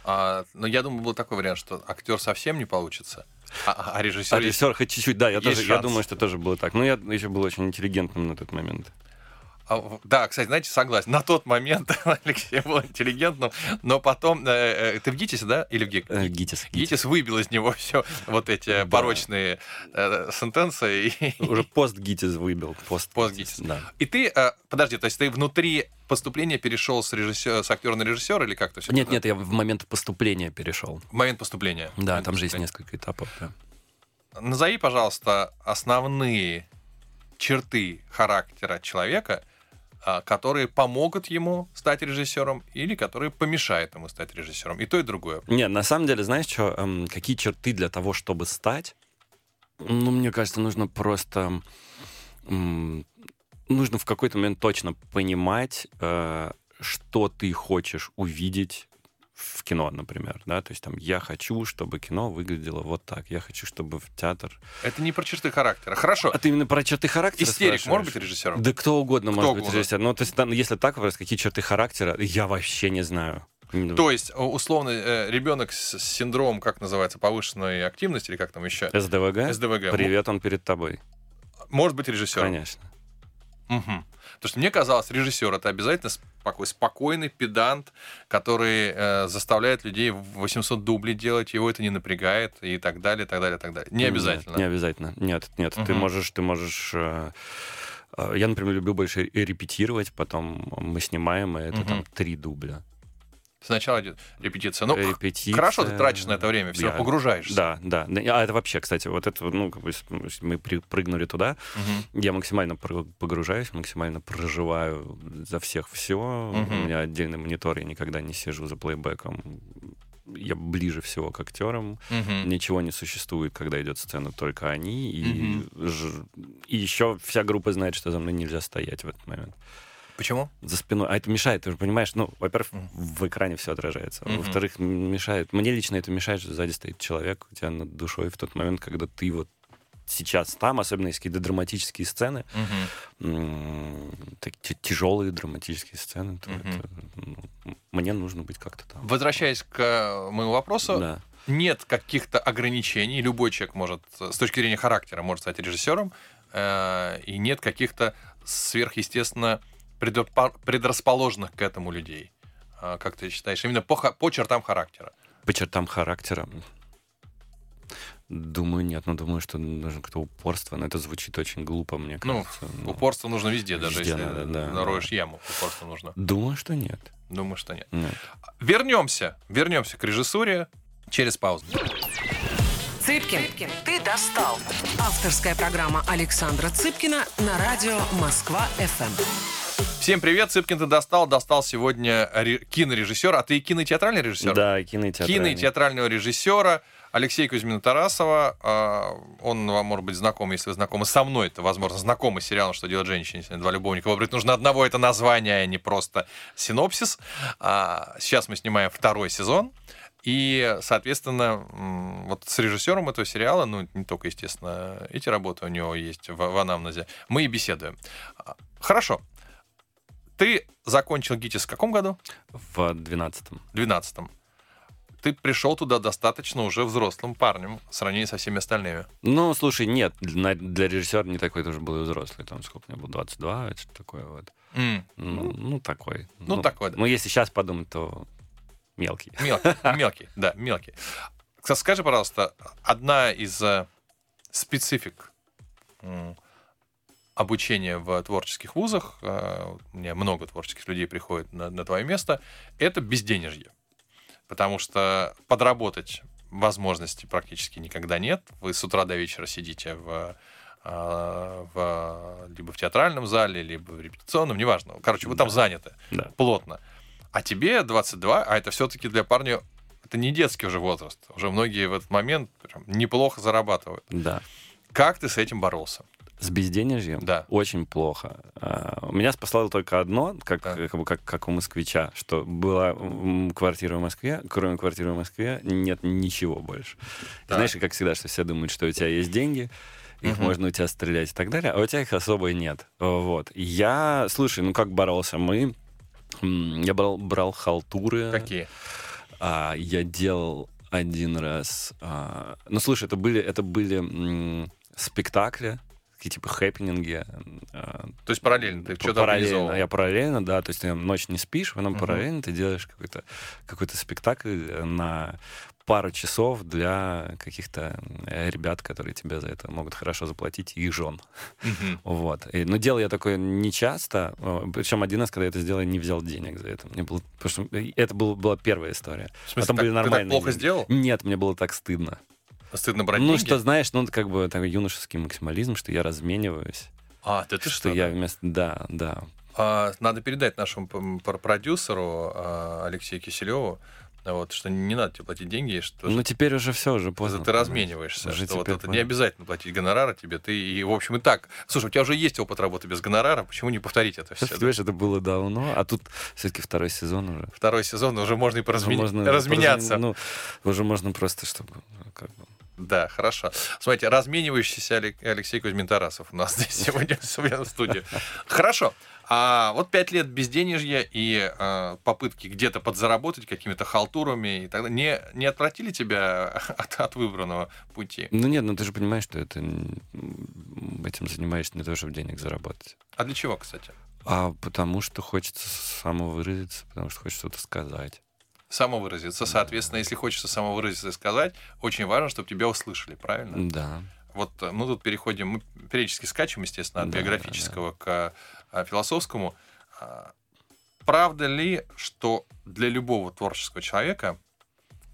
S2: А, ну, я думаю, был такой вариант, что актер совсем не получится, а, а- а режиссер...
S3: А
S2: есть.
S3: режиссер хоть чуть-чуть, да, я,
S2: есть
S3: тоже, я
S2: шанс.
S3: думаю, что тоже было так. Но я еще был очень интеллигентным на тот момент.
S2: А, в- да, кстати, знаете, согласен. На тот момент Алексей был интеллигентным, но потом... э, э, ты в ГИТИСе, да? Или в ГИК?
S3: Э, Гитис. Гитис.
S2: ГИТИС выбил из него все вот эти
S3: Да.
S2: порочные э, сентенции. и-
S3: Уже пост Гитис выбил. Пост,
S2: Пост-Гитис.
S3: Да.
S2: И ты... э, подожди, то есть ты внутри поступления перешел с, режиссера, с актера на режиссера или как-то все?
S3: Нет, нет, я в момент поступления перешел.
S2: В момент поступления.
S3: Да, там же есть несколько этапов. да.
S2: Назови, пожалуйста, основные черты характера человека, а, которые помогут ему стать режиссером или которые помешают ему стать режиссером. И то, и другое.
S3: Не, на самом деле, знаешь, что, эм, какие черты для того, чтобы стать? Ну, мне кажется, нужно просто... м, нужно в какой-то момент точно понимать, э, что ты хочешь увидеть в кино, например, да, то есть там я хочу, чтобы кино выглядело вот так, я хочу, чтобы в театр.
S2: Это не про черты характера. Хорошо.
S3: А ты именно про черты характера
S2: Истерик может быть
S3: спрашиваешь?
S2: режиссером?
S3: Да кто угодно может быть
S2: угодно.
S3: режиссер. Ну, то есть, там, если так, вопрос, какие черты характера, я вообще не знаю.
S2: То есть, э, условно, э, ребенок с с синдромом, как называется, повышенной активности или как там еще?
S3: СДВГ?
S2: СДВГ.
S3: Э? Привет, он перед тобой.
S2: М- Может быть режиссером.
S3: Конечно.
S2: Мгм. Потому что мне казалось, режиссер это обязательно споко- спокойный педант, который э, заставляет людей в 800 дублей делать, его это не напрягает и так далее, так далее, так далее. Не
S3: Нет,
S2: обязательно.
S3: не обязательно. Нет, нет. Ты
S2: Мгм.
S3: можешь, ты можешь. э, э, Я, например, люблю больше и репетировать, потом мы снимаем, и это
S2: Мгм.
S3: там три дубля.
S2: Сначала идет репетиция. Ну, х-
S3: Репетиция.
S2: хорошо ты тратишь на это время, все,
S3: Я-
S2: погружаешься.
S3: Да, да. Да, А это вообще, кстати, вот это, ну, как бы, с- мы при- прыгнули туда.
S2: Мгм.
S3: Я максимально про- погружаюсь, максимально проживаю за всех все. У
S2: Мгм.
S3: меня отдельный монитор, я никогда не сижу за плейбеком. Я ближе всего к актерам.
S2: Мгм.
S3: Ничего не существует, когда идет сцена, только они. И, ж- и еще вся группа знает, что за мной нельзя стоять в этот момент.
S2: Почему?
S3: За спиной. А это мешает, ты же понимаешь, ну, во-первых,
S2: Мгм.
S3: в экране все отражается.
S2: Мгм.
S3: Во-вторых, м- мешает. Мне лично это мешает, что сзади стоит человек у тебя над душой в тот момент, когда ты вот сейчас там, особенно есть какие-то драматические сцены,
S2: Мгм.
S3: м, такие тяжелые драматические сцены, то
S2: Мгм.
S3: это, ну, м- мне нужно быть как-то там.
S2: Возвращаясь к э, моему вопросу,
S3: Да.
S2: нет каких-то ограничений. Любой человек может, э, с точки зрения характера, может стать режиссером. э, И нет каких-то сверхъестественно предопо- предрасположенных к этому людей. А, Как ты считаешь? Именно по, ха- по чертам характера.
S3: По чертам характера. Думаю, нет. Ну, думаю, что нужно как-то упорство. Но это звучит очень глупо, мне
S2: Ну,
S3: кажется.
S2: Упорство нужно везде, даже
S3: Везде
S2: если
S3: надо, да,
S2: нароешь яму. Упорство нужно.
S3: Думаю, что нет.
S2: Думаю, что нет.
S3: Нет.
S2: Вернемся. Вернемся к режиссуре через паузу.
S1: Цыпкин, ты достал. Авторская программа Александра Цыпкина на радио Москва ФМ.
S2: Всем привет, Цыпкин ты достал. Достал сегодня ре- кинорежиссер. А ты кинотеатральный режиссер?
S3: Да, кинотеатр.
S2: кинотеатрального режиссера Алексея Кузьмина Тарасова. А, Он вам может быть знаком, если вы знакомы со мной, это, возможно, знакомый сериал «Что делать женщине?» если Два любовника выбрать. Нужно одного это название, а не просто синопсис. А, Сейчас мы снимаем второй сезон. И, соответственно, м, вот с режиссером этого сериала, ну, не только, естественно, эти работы у него есть в, в анамнезе, мы и беседуем. А, Хорошо. Ты закончил ГИТИС в каком году?
S3: В 12
S2: 12 ты пришел туда достаточно уже взрослым парнем в сравнении со всеми остальными.
S3: Ну, слушай, нет, для, для режиссера не такой тоже был и взрослый. Там сколько мне было, 22, это что-то такое вот. Ну, ну, такой.
S2: Ну, такой, да.
S3: Ну, если сейчас подумать, то мелкий.
S2: Мелкий, мелкий, да, мелкий. Кстати, Скажи, пожалуйста, одна из э, специфик м, обучения в творческих вузах, э, у меня много творческих людей приходит на, на твое место, это безденежье. Потому что подработать возможности практически никогда нет. Вы с утра до вечера сидите в, э, в, либо в театральном зале, либо в репетиционном, неважно. Короче, вы там заняты
S3: Да.
S2: плотно. А тебе 22, а это все-таки для парня это не детский уже возраст. Уже многие в этот момент прям неплохо зарабатывают.
S3: Да.
S2: Как ты с этим боролся?
S3: С безденежьем?
S2: Да.
S3: Очень плохо. А, Меня спасло только одно, как,
S2: Так.
S3: как, бы как, как у москвича, что была м, квартира в Москве, кроме квартиры в Москве нет ничего больше. И
S2: Так.
S3: Знаешь, как всегда, что все думают, что у тебя есть деньги, их
S2: Мгм.
S3: можно у тебя стрелять и так далее, а у тебя их особо и нет. Вот. Я, слушай, ну как боролся мы? М, Я брал, брал халтуры.
S2: Какие?
S3: А, я делал один раз. а, ну, слушай, это были, это были м, спектакли, такие типа хэппининги. а,
S2: То есть параллельно ты что-то
S3: параллельно.
S2: организовал?
S3: Я параллельно, да, то есть ты там ночь не спишь, потом
S2: Мгм.
S3: параллельно ты делаешь какой-то какой спектакль э, на пару часов для каких-то э, ребят, которые тебе за это могут хорошо заплатить, и их жен.
S2: Мгм.
S3: Вот. И, но делал я такое не часто. Причем один раз, когда я это сделал, я не взял денег за это. Мне было, потому что э, это был, была первая история.
S2: В смысле,
S3: Потом
S2: так-
S3: были
S2: ты так
S3: нормальные
S2: плохо
S3: деньги.
S2: сделал?
S3: Нет, мне было так стыдно.
S2: Стыдно брать
S3: ну,
S2: деньги?
S3: что, знаешь, ну, это как бы такой юношеский максимализм, что я размениваюсь.
S2: А, да ты
S3: что
S2: что?
S3: я вместо... Да, да.
S2: А, надо передать нашему п- пр- продюсеру а, Алексею Киселеву, вот, что не надо тебе платить деньги, что
S3: Ну, теперь уже все, уже поздно.
S2: ты размениваешься.
S3: Уже
S2: что вот
S3: теперь
S2: это не
S3: понял.
S2: обязательно платить гонорары тебе. Ты, и, в общем, и так. Слушай, у тебя уже есть опыт работы без гонорара, почему не повторить это
S3: Слушай,
S2: все?
S3: ты понимаешь, это было давно, а тут все-таки второй сезон уже. Ну,
S2: Второй сезон уже можно и поразме-
S3: Можно
S2: разменяться.
S3: поразмен- Ну, уже можно просто, чтобы... ну, как бы.
S2: Да, хорошо. Смотрите, разменивающийся Алек- Алексей Кузьмин Тарасов у нас здесь сегодня в своей студии. Хорошо. А вот пять лет безденежья и э, попытки где-то подзаработать какими-то халтурами и так далее не, не отвратили тебя от, от выбранного пути?
S3: Ну нет, ну ты же понимаешь, что это м, этим занимаешься не то, чтобы денег заработать.
S2: А для чего, кстати?
S3: А потому что хочется самовыразиться, потому что хочется что-то сказать.
S2: Самовыразиться. Соответственно, если хочется самовыразиться и сказать, очень важно, чтобы тебя услышали, правильно?
S3: Да.
S2: Вот э, мы тут переходим, мы периодически скачем, естественно, от
S3: Да,
S2: биографического к э, философскому. А, Правда ли, что для любого творческого человека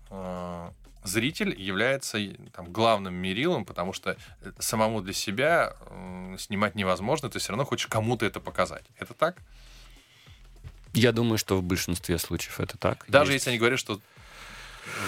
S2: э, зритель является и, там, главным мерилом, потому что э, самому для себя э, снимать невозможно, ты все равно хочешь кому-то это показать. Это так?
S3: Я думаю, что в большинстве случаев это так.
S2: Даже
S3: Есть-
S2: если они говорят, что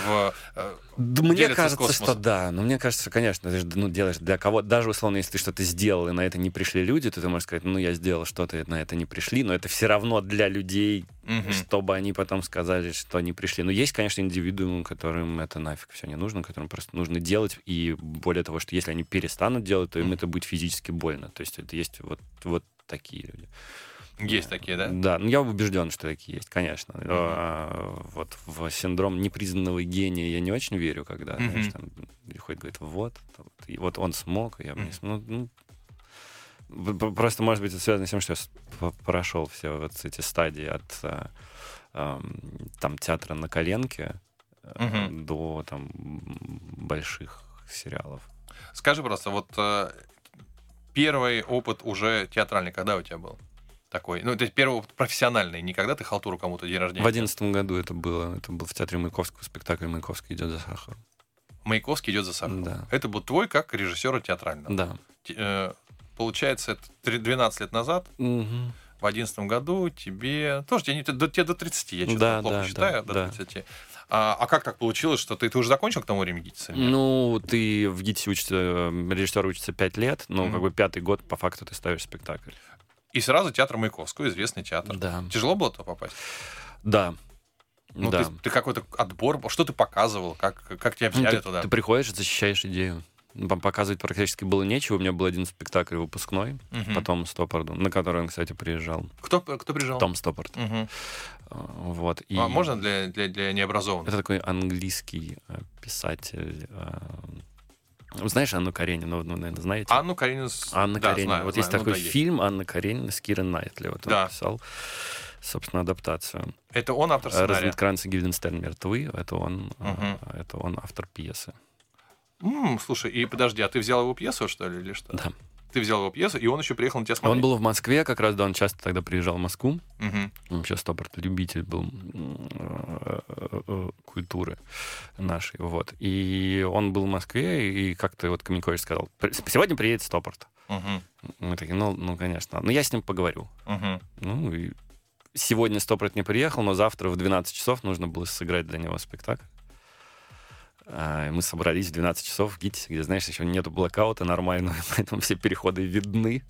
S2: в, э,
S3: Да Мне
S2: делятся с
S3: кажется,
S2: космосом.
S3: что да. Но мне кажется, конечно, ты же ну, делаешь для кого Даже, условно, если ты что-то сделал, и на это не пришли люди, то ты можешь сказать, ну, я сделал что-то, и на это не пришли, но это все равно для людей,
S2: Мгм.
S3: чтобы они потом сказали, что они пришли. Но есть, конечно, индивидуумы, которым это нафиг все не нужно, которым просто нужно делать. И более того, что если они перестанут делать, то им это будет физически больно. То есть это есть вот, вот такие люди.
S2: есть такие, да?
S3: Да, ну я убежден, что такие есть, конечно. Но, а, вот в синдром непризнанного гения я не очень верю, когда,
S2: Мгм.
S3: знаешь, там приходит, говорит, вот, там, вот, и вот он смог, и я бы не
S2: Мгм.
S3: смог. Ну, ну, п- просто, может быть, это связано с тем, что я с- п- прошел все вот эти стадии от а, ам, там театра на коленке а,
S2: Мгм.
S3: до там м, больших сериалов.
S2: Скажи просто, вот э, первый опыт уже театральный, когда у тебя был? Такой. Ну, то есть первый опыт профессиональный, не когда ты халтуру кому-то день рождения.
S3: В одиннадцатом году это было, это был в театре Маяковского спектакль «Маяковский идет за сахаром».
S2: Маяковский идет за сахаром.
S3: Да.
S2: Это был твой как режиссера театрального.
S3: Да.
S2: Те- э, Получается, это три- 12 лет назад
S3: Мгм.
S2: в 11 году тебе... Тоже тебе, не- до, тебе до 30, я честно,
S3: Да,
S2: плохо
S3: да,
S2: считаю,
S3: да,
S2: до
S3: да.
S2: 30. А, а как так получилось, что ты, ты уже закончил к тому времени ГИТИС? или нет?
S3: Ну, ты в ГИТИСе учишься, э, режиссер учится 5 лет, ну,
S2: Мгм.
S3: как бы пятый год по факту ты ставишь спектакль.
S2: И сразу театр Маяковского, известный театр.
S3: Да.
S2: Тяжело было туда попасть?
S3: Да.
S2: Ну,
S3: да.
S2: ты, ты какой-то отбор, что ты показывал, как, как тебя
S3: Ну,
S2: взяли
S3: ты,
S2: туда?
S3: ты приходишь, защищаешь идею. Ну, Там показывать практически было нечего. У меня был один спектакль выпускной,
S2: Мгм.
S3: потом Стоппорду, на который он, кстати, приезжал.
S2: Кто, кто приезжал?
S3: Том Стоппорт.
S2: Мгм.
S3: А, Вот. И
S2: А можно для, для, для необразованных?
S3: Это такой английский э, писатель. э, ну, Знаешь Анну Каренину, вы, наверное, знаете?
S2: Анну Каренину. с-
S3: Анна
S2: да,
S3: Каренина.
S2: знаю,
S3: вот есть
S2: знаю. Ну,
S3: такой
S2: да,
S3: фильм Анна Каренина с Кирой Найтли. Вот
S2: Да.
S3: он писал, собственно, адаптацию.
S2: Это он автор сценария.
S3: Развит Кранц и Гильденстерн мертвы. Это он, э,
S2: Мгм.
S3: это он автор пьесы.
S2: М, слушай, и подожди, а ты взял его пьесу, что ли, или что?
S3: Да.
S2: Ты взял его пьесу, и он еще приехал на тебя смотреть.
S3: Он был в Москве, как раз, да, он часто тогда приезжал в Москву.
S2: Мгм.
S3: Он Вообще Стопорт любитель был м, э, э, э, культуры нашей, вот. И он был в Москве, и как-то вот Каменькович сказал, «При- сегодня приедет Стопорт.
S2: Мгм.
S3: Мы такие, ну, ну, конечно. Ну, я с ним поговорю.
S2: Мгм.
S3: Ну, и сегодня Стопорт не приехал, но завтра в 12 часов нужно было сыграть для него спектакль. А, и мы собрались в 12 часов в ГИТИСе, где, знаешь, еще нету блокаута нормального, поэтому все переходы видны.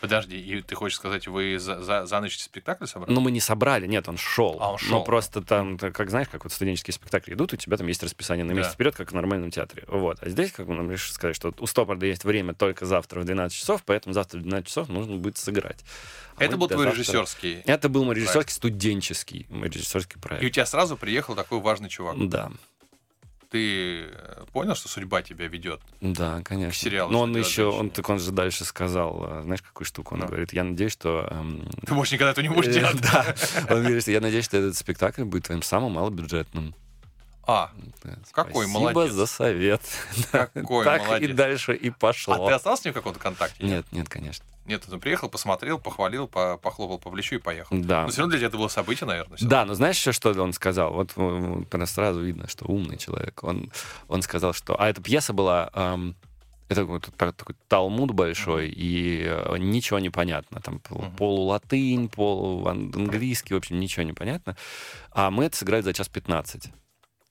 S2: Подожди, и ты хочешь сказать, вы за, за, за ночь спектакль собрали?
S3: Ну, мы не собрали, нет, он шел.
S2: А, он шел.
S3: Но просто там, ты как знаешь, как вот студенческие спектакли идут, у тебя там есть расписание на месяц
S2: Да.
S3: вперед, как в нормальном театре. Вот. А здесь, как бы нам решили сказать, что у Стопорда есть время только завтра в 12 часов, поэтому завтра в 12 часов нужно будет сыграть. А
S2: Это
S3: мы
S2: был
S3: до
S2: твой
S3: завтра-
S2: режиссерский.
S3: Это был мой режиссерский студенческий мой режиссерский
S2: И у
S3: проект.
S2: тебя сразу приехал такой важный чувак.
S3: Да,
S2: Ты э, понял, что судьба тебя ведет?
S3: да, конечно.
S2: сериалу
S3: Но он
S2: «Судьба
S3: еще, он
S2: женщины».
S3: так он же дальше сказал, э, знаешь, какую штуку он
S2: Ну.
S3: говорит. Я надеюсь, что эм,
S2: Ты больше никогда этого не будешь
S3: э,
S2: делать.
S3: Да. Он говорит, что я надеюсь, что этот спектакль будет твоим самым малобюджетным.
S2: А,
S3: Да,
S2: Какой
S3: спасибо
S2: молодец.
S3: за совет.
S2: Какой
S3: так и
S2: молодец.
S3: дальше и
S2: а
S3: пошло.
S2: ты остался с ним в каком-то контакте?
S3: Нет, нет, конечно.
S2: Нет, он приехал, посмотрел, похвалил, по- похлопал по плечу и поехал.
S3: Да.
S2: Но все равно для тебя это было событие, наверное. всё.
S3: Да, но знаешь еще, что он сказал? Вот м, прям сразу видно, что умный человек. Он, он сказал, что... А эта пьеса была... эм, это вот та- такой талмуд большой, и э, ничего не понятно. Там пол-
S2: Мгм.
S3: полулатынь, полуанглийский, в общем, ничего не понятно. А мы это сыграли за час 15.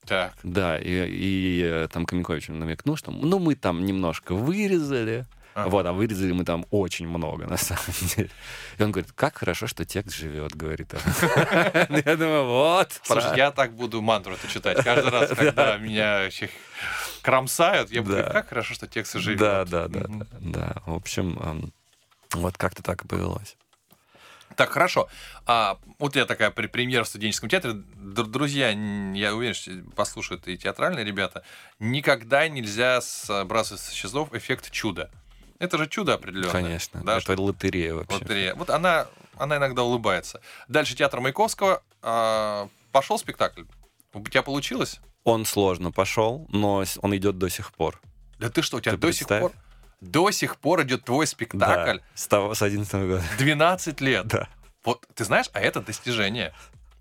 S2: Так.
S3: Да, и, и, э, там Каменкович мне намекнул, что ну мы там немножко вырезали.
S2: Ага.
S3: Вот, а вырезали мы там очень много, на самом деле. И он говорит, как хорошо, что текст живет, говорит он. Я думаю, вот.
S2: Слушай,
S3: прав-
S2: я так буду мантру это читать. Каждый раз, когда меня этих кромсают, я буду
S3: Да.
S2: говорить, как хорошо, что текст живет.
S3: Да, да, да,
S2: Мгм.
S3: да, да. В общем, эм, вот как-то так и повелось.
S2: Так, хорошо. А, вот я такая пр- премьера в студенческом театре. Др- Друзья, н- я уверен, что послушают и театральные ребята. Никогда нельзя сбрасывать со счетов эффект чуда. Это же чудо определенное.
S3: Конечно.
S2: Да,
S3: Это лотерея вообще.
S2: Лотерея. Вот она, она иногда улыбается. Дальше театр Маяковского. А, пошел спектакль. У тебя получилось?
S3: Он сложно пошел, но с- он идет до сих пор.
S2: Да ты что, у тебя
S3: Ты
S2: до сих
S3: представь.
S2: пор до сих пор идет твой спектакль.
S3: Да, С того, с 11 года.
S2: 12 лет.
S3: Да.
S2: Вот ты знаешь, а это достижение.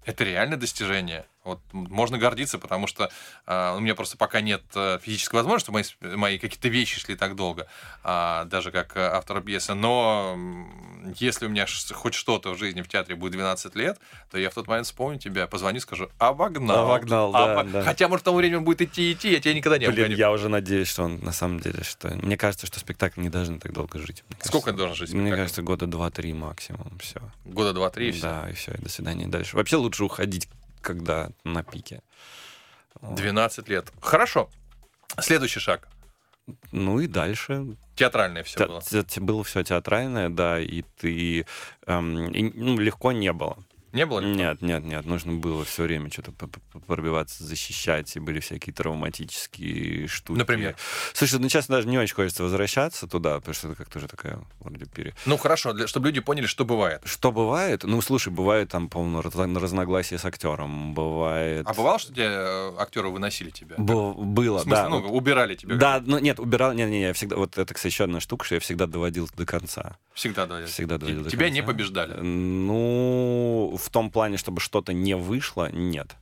S2: Это реально достижение. Вот м, можно гордиться, потому что а, у меня просто пока нет э, физической возможности, чтобы мои, сп- мои какие-то вещи шли так долго, а, даже как э, автор пьесы. Но м, если у меня ш- хоть что-то в жизни в театре будет 12 лет, то я в тот момент вспомню тебя, позвоню, скажу, обогнал.
S3: Обогнал, да,
S2: Обо-
S3: да.
S2: Хотя, может, к тому времени он будет идти идти, я тебя никогда не
S3: Блин,
S2: обгоню.
S3: я уже надеюсь, что он на самом деле, что... Мне кажется, что спектакль не должен так долго жить. Мне
S2: Сколько
S3: кажется,
S2: я должен жить?
S3: Мне
S2: спектакль?
S3: кажется, года 2-3 максимум, все.
S2: Года два-три и всё.
S3: Да, и все, и до свидания дальше. Вообще лучше уходить, когда на пике. Вот.
S2: 12 лет. Хорошо. Следующий шаг.
S3: Ну и дальше.
S2: Театральное все
S3: Те-
S2: было.
S3: те- те- было все театральное, да, и ты... эм, и, ну, легко не было.
S2: Не было ли?
S3: Нет, нет, нет, нужно было все время что-то п- п- пробиваться, защищать, и были всякие травматические штуки.
S2: Например?
S3: Слушай, ну сейчас даже не очень хочется возвращаться туда, потому что это как-то уже такая вроде пере...
S2: Ну хорошо, для, чтобы люди поняли, что бывает.
S3: Что бывает? Ну, слушай, бывает там, по-моему, раз- разногласия с актером, бывает...
S2: А бывало, что тебе актеры выносили тебя?
S3: Бу- было,
S2: В смысле,
S3: да.
S2: ну,
S3: вот.
S2: убирали тебя.
S3: Да, ну нет, убирал, не, не, я всегда, вот это, кстати, еще одна штука, что я всегда доводил до конца.
S2: Всегда доводили.
S3: Всегда доводил
S2: Те-
S3: до
S2: Тебя
S3: конца.
S2: не побеждали.
S3: Ну, в том плане, чтобы что-то не вышло, нет.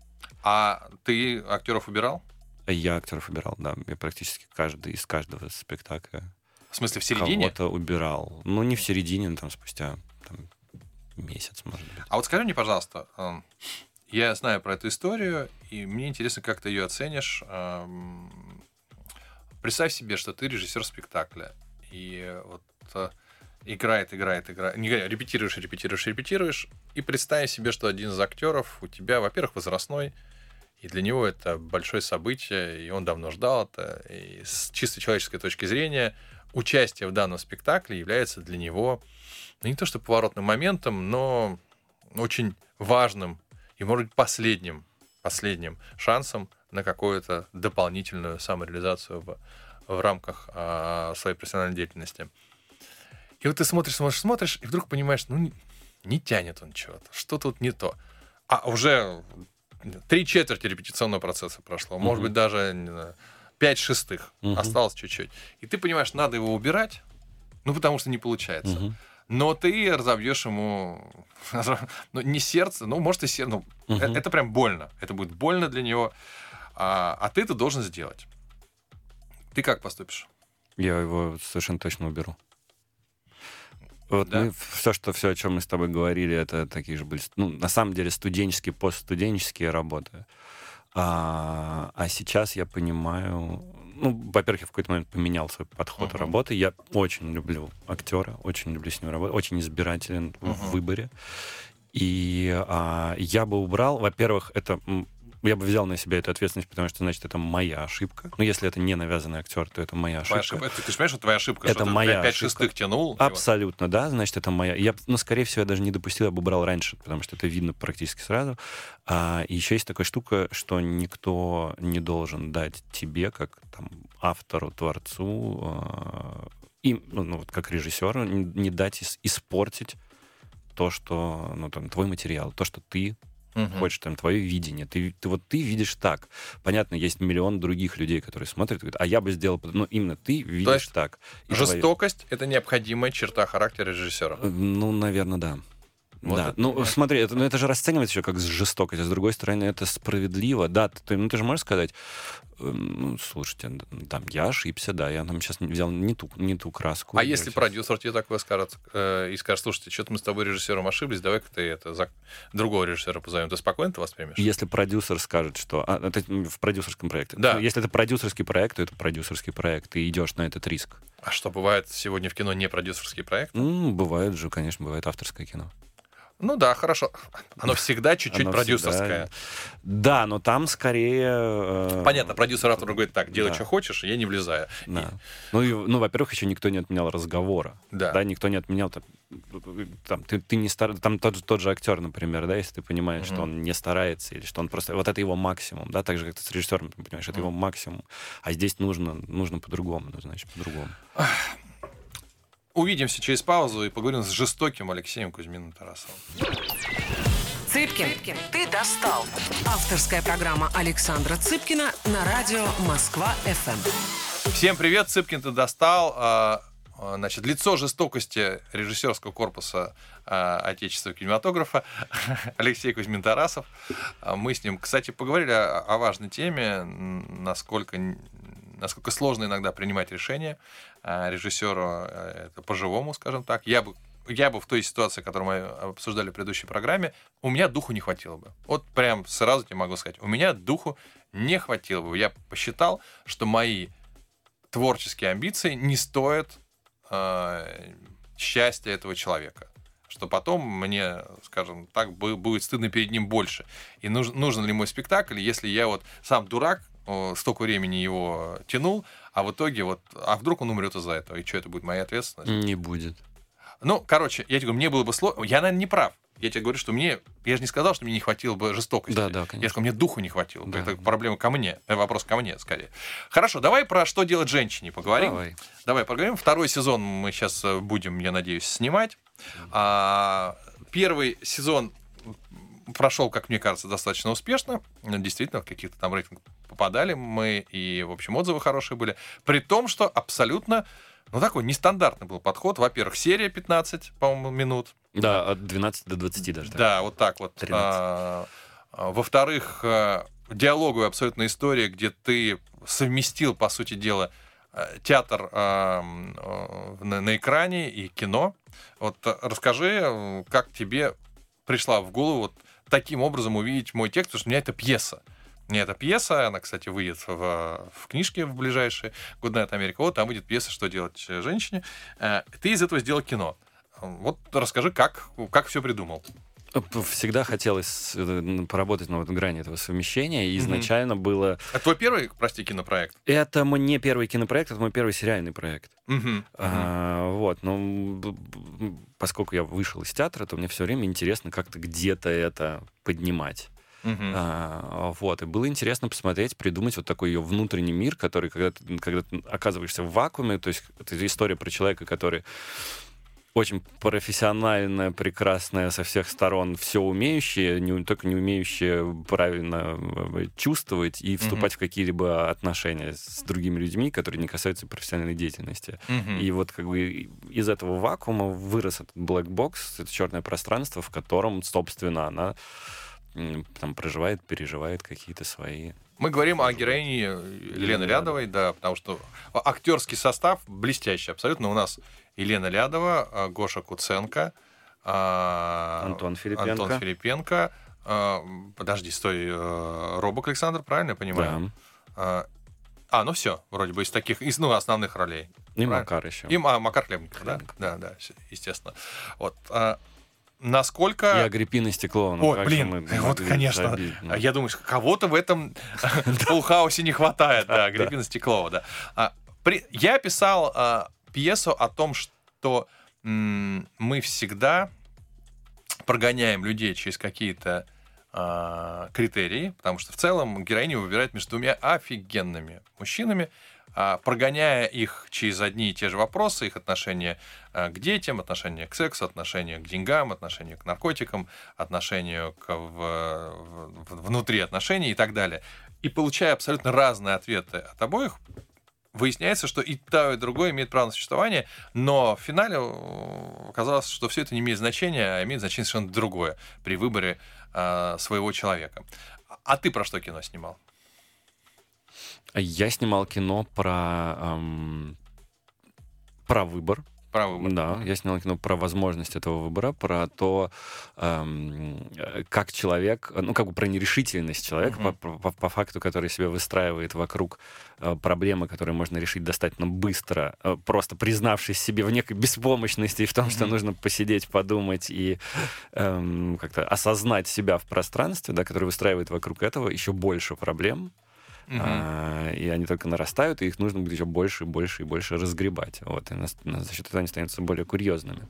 S2: А ты актеров убирал?
S3: Я актеров убирал, да. Я практически каждый из каждого спектакля
S2: В смысле, в середине?
S3: кого-то убирал. Ну, не в середине, но там спустя там, месяц, может быть.
S2: А вот скажи мне, пожалуйста, эм, я знаю про эту историю, и мне интересно, как ты ее оценишь. Эм, Представь себе, что ты режиссер спектакля, и э, вот э, играет, играет, играет, не играет, репетируешь, репетируешь, репетируешь, и представь себе, что один из актеров у тебя, во-первых, возрастной, и для него это большое событие, и он давно ждал это. И с чисто человеческой точки зрения участие в данном спектакле является для него ну, не то что поворотным моментом, но очень важным и, может быть, последним, последним шансом на какую-то дополнительную самореализацию в, в рамках а, своей профессиональной деятельности. И вот ты смотришь, смотришь, смотришь, и вдруг понимаешь, ну, не, не тянет он чего-то, что тут не то. А уже три четверти репетиционного процесса прошло, может
S3: Мгм.
S2: быть, даже не знаю, пять шестых,
S3: Мгм.
S2: осталось чуть-чуть. И ты понимаешь, надо его убирать, ну, потому что не получается. Но ты разобьешь ему ну, не сердце, ну, может, и сердце. Ну, э-
S3: Мгм.
S2: Это прям больно. Это будет больно для него. А, а ты это должен сделать. Ты как поступишь?
S3: Я его совершенно точно уберу. Вот
S2: Да.
S3: все, что все, о чем мы с тобой говорили, это такие же были, ст- ну, на самом деле, студенческие, постстуденческие работы. А, а сейчас я понимаю, ну, во-первых, я в какой-то момент поменял свой подход
S2: Мгм.
S3: работы. Я очень люблю актера, очень люблю с ним работать, очень избирателен
S2: Мгм.
S3: в выборе. И а, я бы убрал, во-первых, это м, я бы взял на себя эту ответственность, потому что, значит, это моя ошибка. Ну, если это не навязанный актер, то это моя
S2: Твоя ошибка-
S3: ошибка.
S2: это- ты же понимаешь, что твоя ошибка,
S3: Это
S2: что ты
S3: моя
S2: пять- пять
S3: ошибка.
S2: шестых тянул. типа.
S3: Абсолютно, да, значит, это моя. Я, б- ну, скорее всего, я даже не допустил, я бы убрал раньше, потому что это видно практически сразу. А, и еще есть такая штука, что никто не должен дать тебе, как там, автору, творцу, а, и, ну, ну, вот как режиссеру, не, не дать ис- испортить то, что, ну, там, твой материал, то, что ты
S2: Мгм.
S3: хочешь, там, твое видение. Ты, ты вот ты видишь так. Понятно, есть миллион других людей, которые смотрят, и говорят, а я бы сделал, по-». ну, именно ты видишь
S2: есть
S3: так. И твоё-
S2: Жестокость это необходимая черта характера режиссера. А
S3: ну, наверное, да.
S2: Вот
S3: да.
S2: это
S3: ну,
S2: понятно.
S3: смотри, это, ну, это же расценивается еще как жестокость, а с другой стороны, это справедливо. Да, ты, ты- ну, ты же можешь сказать, «Эм, ну, слушайте, н- там, я ошибся, да, я там сейчас взял не ту, не ту краску.
S2: А
S3: я
S2: если
S3: щас-
S2: продюсер тебе такое скажет э, и скажет, слушайте, что-то мы с тобой режиссером ошиблись, давай-ка ты это за- другого режиссера позовем, ты спокойно это воспримешь?
S3: Если продюсер скажет, что... а, это в продюсерском проекте.
S2: Да.
S3: Если это продюсерский проект, то это продюсерский проект. Ты идешь на этот риск.
S2: А что, бывает сегодня в кино не продюсерский проект?
S3: М, бывает же, конечно, бывает авторское кино.
S2: Ну да, хорошо. Оно всегда чуть-чуть
S3: Оно
S2: продюсерское.
S3: всегда- Да, но там скорее... э,
S2: Понятно, продюсер автора говорит так, делай,
S3: Да.
S2: что хочешь, я не влезаю. И-
S3: Да. Ну, и, ну, во-первых, еще никто не отменял разговора.
S2: Да.
S3: никто не отменял там, там, ты, ты не стар... там тот, же- тот же актер, например, да, если ты понимаешь,
S2: Мгм.
S3: что он не старается или что он просто вот это его максимум, да, так же как ты с режиссером ты понимаешь, это его максимум, а здесь нужно нужно по-другому, ну, значит по-другому.
S2: Увидимся через паузу и поговорим с жестоким Алексеем Кузьминым Тарасовым.
S1: Цыпкин, Цыпкин, ты достал. Авторская программа Александра Цыпкина на радио Москва-ФМ.
S2: Всем привет, Цыпкин ты достал. А, а, Значит, лицо жестокости режиссерского корпуса а, отечественного кинематографа Алексей Кузьмин Тарасов. А Мы с ним, кстати, поговорили о, о важной теме, м, насколько, н- насколько сложно иногда принимать решения а, режиссеру э, это по-живому, скажем так. Я бы я бы в той ситуации, которую мы обсуждали в предыдущей программе, у меня духу не хватило бы. Вот прям сразу тебе могу сказать, у меня духу не хватило бы. Я посчитал, что мои творческие амбиции не стоят э, счастья этого человека. Что потом мне, скажем так, бы- будет стыдно перед ним больше. И нуж- нужен, ли мой спектакль, если я вот сам дурак, о, столько времени его тянул, а в итоге вот, а вдруг он умрет из-за этого, и что это будет моя ответственность?
S3: Не будет.
S2: Ну, короче, я тебе говорю, мне было бы сложно. Я, наверное, не прав. Я тебе говорю, что мне... Я же не сказал, что мне не хватило бы жестокости.
S3: Да, да,
S2: Я
S3: конечно.
S2: сказал, мне духу не хватило. бы.
S3: Да.
S2: Это проблема ко мне. э, Вопрос ко мне, скорее. Хорошо, давай про что делать женщине поговорим.
S3: Давай.
S2: Давай поговорим. Второй сезон мы сейчас будем, я надеюсь, снимать. А, первый сезон прошел, как мне кажется, достаточно успешно. Действительно, в каких-то там рейтинг попадали мы, и, в общем, отзывы хорошие были. При том, что абсолютно, ну, такой нестандартный был подход. Во-первых, серия 15, по-моему, минут.
S3: Да, от 12 до 20 даже. так.
S2: Да, вот так вот.
S3: 13.
S2: А, а, Во-вторых, а, диалоговая абсолютная история, где ты совместил, по сути дела, э, театр а, м, э, на, на э, экране и кино. Вот э, расскажи, э, как тебе пришла в голову вот таким образом увидеть мой текст, потому что у меня это пьеса. У меня эта пьеса, она, кстати, выйдет в, э, в книжке в ближайшие «Goodnight Америка». Вот там будет пьеса «Что делать э, женщине». Э, Ты из этого сделал кино. Э, Вот расскажи, как, как все придумал.
S3: Всегда хотелось э, поработать на вот грани этого совмещения. И изначально было...
S2: А твой первый, прости, кинопроект?
S3: Это мой не первый кинопроект, это мой первый сериальный проект.
S2: Мгм.
S3: А, вот, ну, б- б- поскольку я вышел из театра, то мне все время интересно как-то где-то это поднимать.
S2: Мгм.
S3: А, вот, и было интересно посмотреть, придумать вот такой ее внутренний мир, который, когда ты, когда ты оказываешься в вакууме, то есть это история про человека, который очень профессиональная, прекрасная со всех сторон, все умеющие, не, только не умеющие правильно э, чувствовать и вступать в какие-либо отношения с другими людьми, которые не касаются профессиональной деятельности.
S2: Мгм.
S3: И вот как бы из этого вакуума вырос этот black box, это черное пространство, в котором, собственно, она м, там проживает, переживает какие-то свои.
S2: Мы говорим о героине Елены Лядовой, да, потому что актерский состав блестящий абсолютно. У нас Елена Лядова, а, Гоша Куценко, а,
S3: Антон Филипенко.
S2: Антон Филипенко. а, Подожди, стой, э, Робок Александр, правильно я понимаю? А, А, ну все, вроде бы из таких, из ну, основных ролей.
S3: Да. И
S2: Правильно.
S3: Макар еще.
S2: И а, Макар Хлебников, да? Да, да, с- естественно. Вот. а, Насколько...
S3: И ну Агриппина Стеклова.
S2: Ой, блин, э, вот, конечно.
S3: ну.
S2: А Я думаю, что кого-то в этом фулхаусе не хватает, да, Гребина Стеклова, да. А, при- Я писал а, пьесу о том, что м, мы всегда прогоняем людей через какие-то а, критерии, потому что в целом героиня выбирает между двумя офигенными мужчинами, а, прогоняя их через одни и те же вопросы, их отношение а, к детям, отношение к сексу, отношение к деньгам, отношение к наркотикам, отношению к в- в- внутри отношений и так далее. И получая абсолютно разные ответы от обоих, выясняется, что и то, и другое имеет право на существование, но в финале э, оказалось, что все это не имеет значения, а имеет значение совершенно другое при выборе э, своего человека. А ты про что кино снимал?
S3: А Я снимал кино про эм, про выбор.
S2: Про выбор.
S3: Да, я снял кино про возможность этого выбора, про то, эм, э, как человек, ну, как бы про нерешительность человека,
S2: Мгм.
S3: по, по- по факту, который себя выстраивает вокруг э, проблемы, которые можно решить достаточно быстро, э, просто признавшись себе в некой беспомощности и в том, что
S2: Мгм.
S3: нужно посидеть, подумать и эм, как-то осознать себя в пространстве, да, которое выстраивает вокруг этого еще больше проблем,
S2: Мгм.
S3: а, и они только нарастают, и их нужно будет еще больше и больше и больше разгребать. Вот, и нас- нас за счет этого они становятся более курьезными.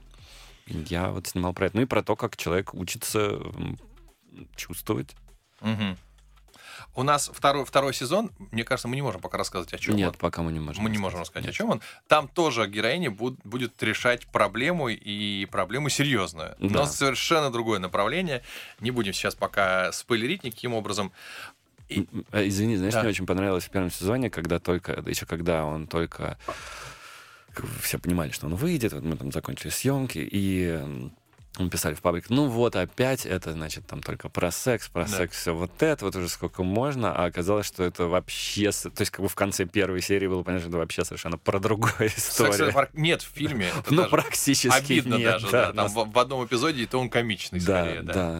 S3: И Я вот снимал про это. Ну и про то, как человек учится м, чувствовать.
S2: Мгм. У нас второй, второй сезон, мне кажется, мы не можем пока рассказывать о чем
S3: Нет, пока мы не можем.
S2: Мы не можем рассказать, о чем он. Там тоже героиня буд- будет решать проблему и проблему серьезную. Но
S3: Да.
S2: совершенно другое направление. Не будем сейчас пока спойлерить никаким образом.
S3: М, м, э, Извини, знаешь,
S2: Да.
S3: мне очень понравилось в первом сезоне, когда только, еще когда он только как бы все понимали, что он выйдет, вот мы там закончили съемки, и м, мы писали в паблик, ну вот опять это, значит, там только про секс, про
S2: Да.
S3: секс, все вот это, вот уже сколько можно, а оказалось, что это вообще... с- То есть как бы в конце первой серии было понятно, что это вообще совершенно про другую
S2: Секс
S3: историю.
S2: в- нет в фильме. это
S3: Ну,
S2: даже
S3: практически
S2: обидно
S3: нет,
S2: даже. да. Там
S3: нас-
S2: в, в одном эпизоде, и то он комичный скорее.
S3: да,
S2: Да,
S3: да,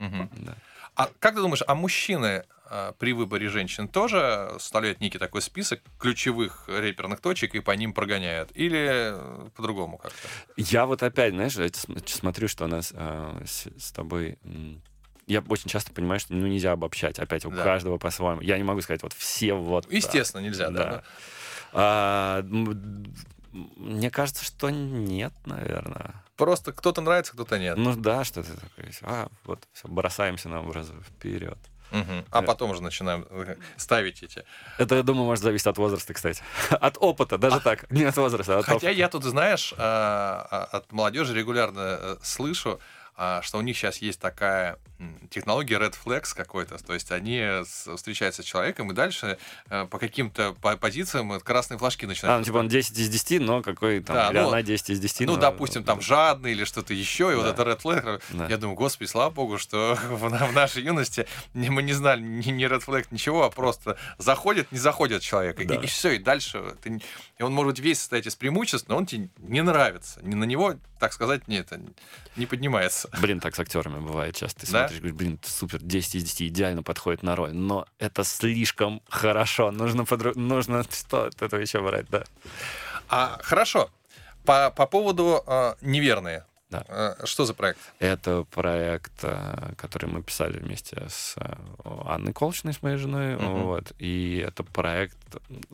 S3: да,
S2: Мгм.
S3: да.
S2: А как ты думаешь, а мужчины э, при выборе женщин тоже составляют некий такой список ключевых реперных точек и по ним прогоняют? Или э, по-другому как-то?
S3: Я вот опять, знаешь, я см- смотрю, что у нас а, с, с тобой... м, Я очень часто понимаю, что ну, нельзя обобщать. Опять у
S2: Да.
S3: каждого по-своему. Я не могу сказать, вот все вот... так.
S2: Естественно, нельзя, да. да.
S3: А, м, мне кажется, что нет, наверное.
S2: Просто кто-то нравится, кто-то нет.
S3: Ну да, что ты такой, весь, а, вот, все, бросаемся на образы вперед.
S2: Мгм. А потом уже начинаем э, ставить эти.
S3: Это, я думаю, может зависеть от возраста, кстати. От опыта, даже так. Не от возраста, а от
S2: Хотя
S3: опыта.
S2: я тут, знаешь, а, а, от молодежи регулярно э, слышу, а, что у них сейчас есть такая м, технологии Red Flags какой-то. То есть они с- встречаются с человеком, и дальше э, по каким-то по- позициям э, красные флажки
S3: А,
S2: начинают.
S3: ну, типа он 10 из 10, но какой там,
S2: Да,
S3: или
S2: ну,
S3: она 10 из 10.
S2: ну,
S3: но-
S2: допустим, там жадный или что-то еще, и вот
S3: Да.
S2: это Red Flag.
S3: Да.
S2: Я думаю, господи, слава богу, что в, на- в нашей юности не- мы не знали ни, ни Red Flag, ничего, а просто заходит, не заходит человек, и-
S3: Да.
S2: и, все, и дальше. ты не- и он может быть весь состоять из преимуществ, но он тебе не нравится. Ни На него, так сказать, не, это, не поднимается.
S3: Блин, так с актерами бывает часто. Ты
S2: Да?
S3: смотришь, говоришь, блин, супер, 10 из 10 идеально подходит на роль, но это слишком хорошо. Нужно, подру- нужно что от этого еще брать, да.
S2: А, хорошо. По, по поводу э, «Неверные».
S3: Да.
S2: Э, что за проект?
S3: Это проект, э, который мы писали вместе с э, Анной Колчиной, с моей женой.
S2: Мгм.
S3: Вот. И это проект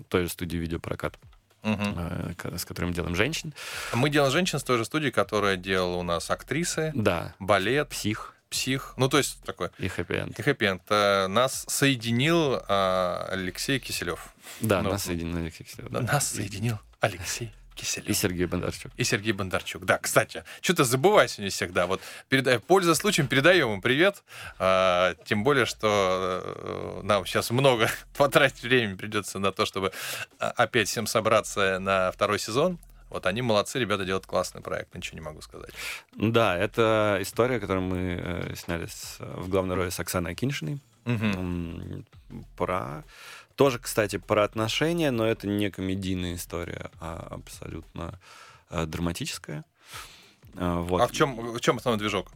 S3: той же студии видеопрокат,
S2: Мгм.
S3: э, к- с которым делаем женщин.
S2: Мы делаем «Женщин» с той же студии, которая делала у нас актрисы,
S3: Да,
S2: балет,
S3: псих
S2: псих. Ну, то есть такой
S3: и хэппи-энд.
S2: И хэппи-энд. Э, Нас соединил э, Алексей Киселев.
S3: Да,
S2: Ну,
S3: нас соединили. как всегда, да.
S2: Нас соединил Алексей
S3: И
S2: Киселев.
S3: Сергей Бондарчук.
S2: И Сергей Бондарчук. Да, кстати, что-то забываю сегодня всегда. Вот, передай, пользуясь случаем, передаем им привет. А, тем более, что э, нам сейчас много потратить времени придется на то, чтобы а, опять всем собраться на второй сезон. Вот они молодцы, ребята делают классный проект, ничего не могу сказать.
S3: Да, это история, которую мы э, сняли с- в главной роли с Оксаной Акиншиной. Ну,
S2: Мгм.
S3: М, Про... Тоже, кстати, про отношения, но это не комедийная история, а абсолютно э, драматическая. Э, вот.
S2: А в чем, в чем основной движок?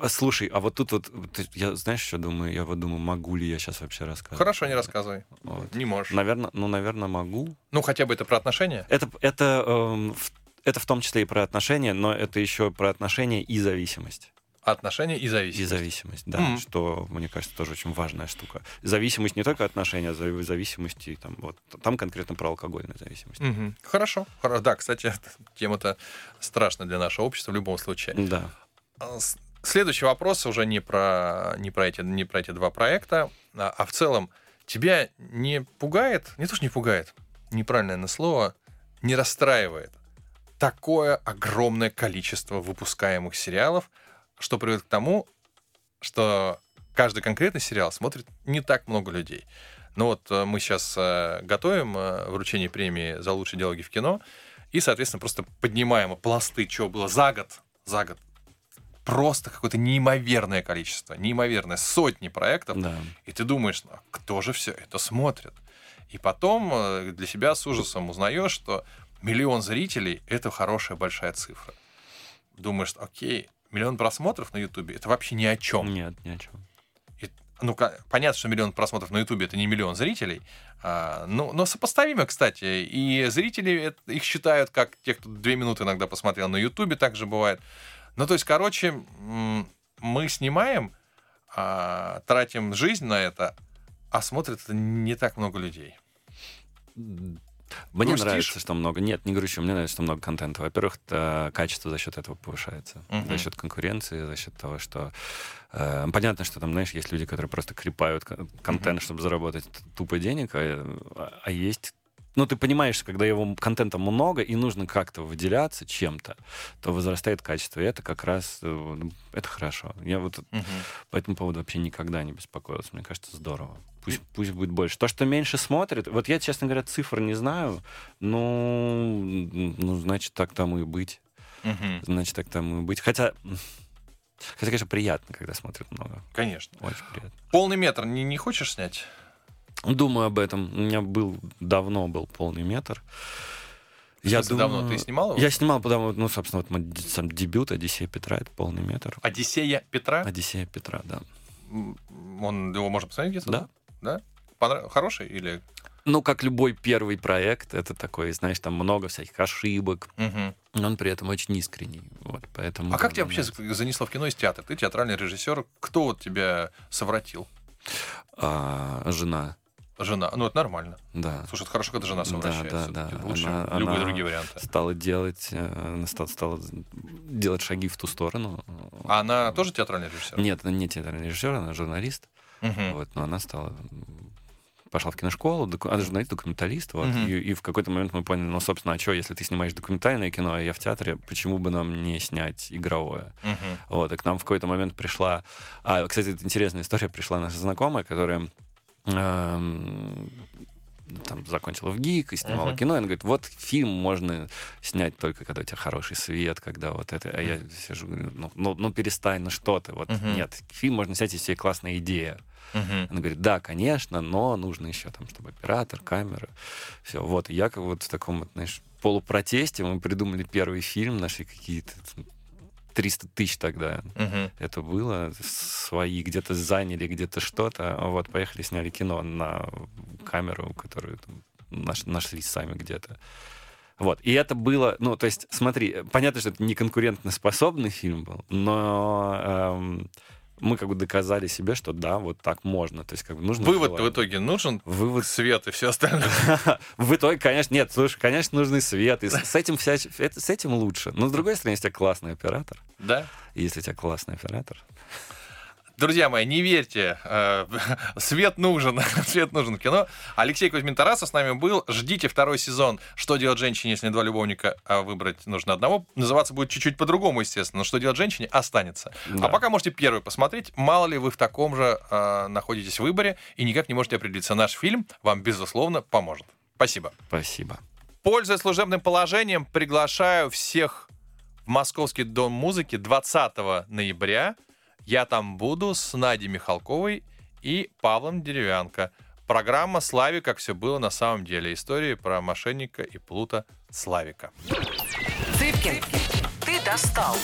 S3: А, Слушай, а вот тут вот, ты- я знаешь, что думаю? Я вот думаю, могу ли я сейчас вообще рассказывать?
S2: Хорошо, не рассказывай. Не можешь.
S3: Наверное, ну, наверное, могу.
S2: Ну, хотя бы это про отношения.
S3: Это, это, эм, в- это в том числе и про отношения, но это еще про отношения и зависимость.
S2: Отношения и зависимость.
S3: И зависимость, да,
S2: Мгм.
S3: что, мне кажется, тоже очень важная штука. Зависимость не только отношения, а зави- зависимость и там вот там конкретно про алкогольную зависимость.
S2: Мгм. Хорошо. Хоро- Да, кстати, тема-то страшная для нашего общества в любом случае.
S3: Да.
S2: А, с- Следующий вопрос уже не про, не про, эти, не про эти два проекта, а, а в целом тебя не пугает, не то что не пугает, неправильное на слово, не расстраивает такое огромное количество выпускаемых сериалов, что приводит к тому, что каждый конкретный сериал смотрит не так много людей. Ну вот э, мы сейчас готовим э, вручение премии за лучшие диалоги в кино и, соответственно, просто поднимаем пласты, чего было за год, за год. Просто какое-то неимоверное количество, неимоверное, сотни проектов.
S3: да.
S2: И ты думаешь, ну, а кто же все это смотрит? И потом э, для себя с ужасом узнаешь, что миллион зрителей — это хорошая большая цифра. Думаешь, окей, миллион просмотров на Ютубе — это вообще ни о чем.
S3: Нет, ни о чем.
S2: И, ну, ка- понятно, что миллион просмотров на Ютубе это не миллион зрителей. а, ну, но сопоставимо, кстати. И зрители это- их считают как те, кто две минуты иногда посмотрел на Ютубе, так же бывает. Ну, то есть, короче, м, мы снимаем, а, тратим жизнь на это, а смотрит это не так много людей.
S3: Мне
S2: Грустишь?
S3: нравится, что много. Нет, не грущу, мне нравится, что много контента. Во-первых, э, качество за счет этого повышается.
S2: Мгм.
S3: За счет конкуренции, за счет того, что э, понятно, что там, знаешь, есть люди, которые просто крепают кон- контент, чтобы заработать т- тупо денег, а, а есть. Ну, ты понимаешь, когда его м- контента много и нужно как-то выделяться чем-то, то возрастает качество. И это как раз э, ну, это хорошо. Я вот по этому поводу вообще никогда не беспокоился. Мне кажется, здорово. Пусть, пусть будет больше. То, что меньше смотрит, вот я, честно говоря, цифр не знаю, ну, ну значит, так тому и быть.
S2: Мгм.
S3: Значит, так тому и быть. Хотя, хотя, конечно, приятно, когда смотрят много.
S2: Конечно.
S3: Очень приятно.
S2: Полный метр не, не хочешь снять?
S3: Думаю об этом. У меня был, давно был полный метр.
S2: В смысле, давно ты снимал его?
S3: Я снимал, потому ну, собственно, вот мой д- сам дебют «Одиссея Петра» — это полный метр.
S2: Одиссея Петра.
S3: «Одиссея Петра», да.
S2: М, Он его можно посмотреть где-то?
S3: Да.
S2: Да? Понрав- Хороший или
S3: Ну, как любой первый проект, это такой, знаешь, там много всяких ошибок,
S2: Мгм.
S3: но он при этом очень искренний. Вот, поэтому...
S2: А как тебя
S3: мне
S2: вообще
S3: нравится.
S2: занесло в кино из театра? Ты театральный режиссер. Кто вот тебя совратил?
S3: А, жена,
S2: Жена. Ну, это нормально.
S3: да.
S2: Слушай, это хорошо, когда жена
S3: Да,
S2: совращается.
S3: да, да.
S2: Лучше
S3: Она-
S2: любые
S3: она-
S2: другие варианты.
S3: Стала делать, э, ста- стала делать шаги в ту сторону.
S2: А она тоже театральный режиссер?
S3: Нет, она не театральный режиссер, она журналист.
S2: Мгм.
S3: Вот, но она стала м, пошла в киношколу, доку... она журналист, документалист, вот.
S2: Мгм.
S3: И, и в какой-то момент мы поняли, ну, собственно, а что, если ты снимаешь документальное кино, а я в театре, почему бы нам не снять игровое?
S2: Мгм.
S3: Вот, и к нам в какой-то момент пришла... А, кстати, это интересная история. Пришла наша знакомая, которая эм, там закончила в ГИК и снимала
S2: Мгм.
S3: кино. И она говорит, вот фильм можно снять только, когда у тебя хороший свет, когда вот это... А я сижу, говорю, ну, ну, ну перестань, ну что ты? Вот
S2: Мгм.
S3: нет, фильм можно снять, если есть классная идея.
S2: Мгм.
S3: Она говорит, да, конечно, но нужно еще там, чтобы оператор, камера, все. Вот, и я как вот в таком, вот, знаешь, полупротесте мы придумали первый фильм, наши какие-то там 300 тысяч тогда
S2: Мгм.
S3: это было, свои где-то заняли, где-то что-то, вот, поехали, сняли кино на камеру, которую там наш- нашли сами где-то. Вот, и это было, ну, то есть, смотри, понятно, что это не конкурентоспособный фильм был, но эм, мы как бы доказали себе, что да, вот так можно, то есть, как бы нужно...
S2: Вывод
S3: было-
S2: в итоге нужен?
S3: Вывод
S2: Свет и все остальное.
S3: в итоге, конечно, нет, слушай, конечно, нужны свет, и с, с этим вся, это- с этим лучше. Но с другой стороны, если у тебя классный оператор,
S2: Да?
S3: и если у тебя классный оператор,
S2: Друзья мои, не верьте, э, свет нужен, свет нужен в кино. Алексей Кузьмин Тарасов с нами был. Ждите второй сезон «Что делать женщине, если два любовника, а выбрать нужно одного». Называться будет чуть-чуть по-другому, естественно, но «Что делать женщине» останется.
S3: Да.
S2: А пока можете первый посмотреть. Мало ли вы в таком же э, находитесь в выборе и никак не можете определиться. Наш фильм вам, безусловно, поможет. Спасибо.
S3: спасибо.
S2: Пользуясь служебным положением, приглашаю всех в Московский дом музыки 20 ноября. Я там буду с Надей Михалковой и Павлом Деревянко. Программа «Слави. Как все было на самом деле». Истории про мошенника и плута Славика.
S1: Цыпкин, ты достал.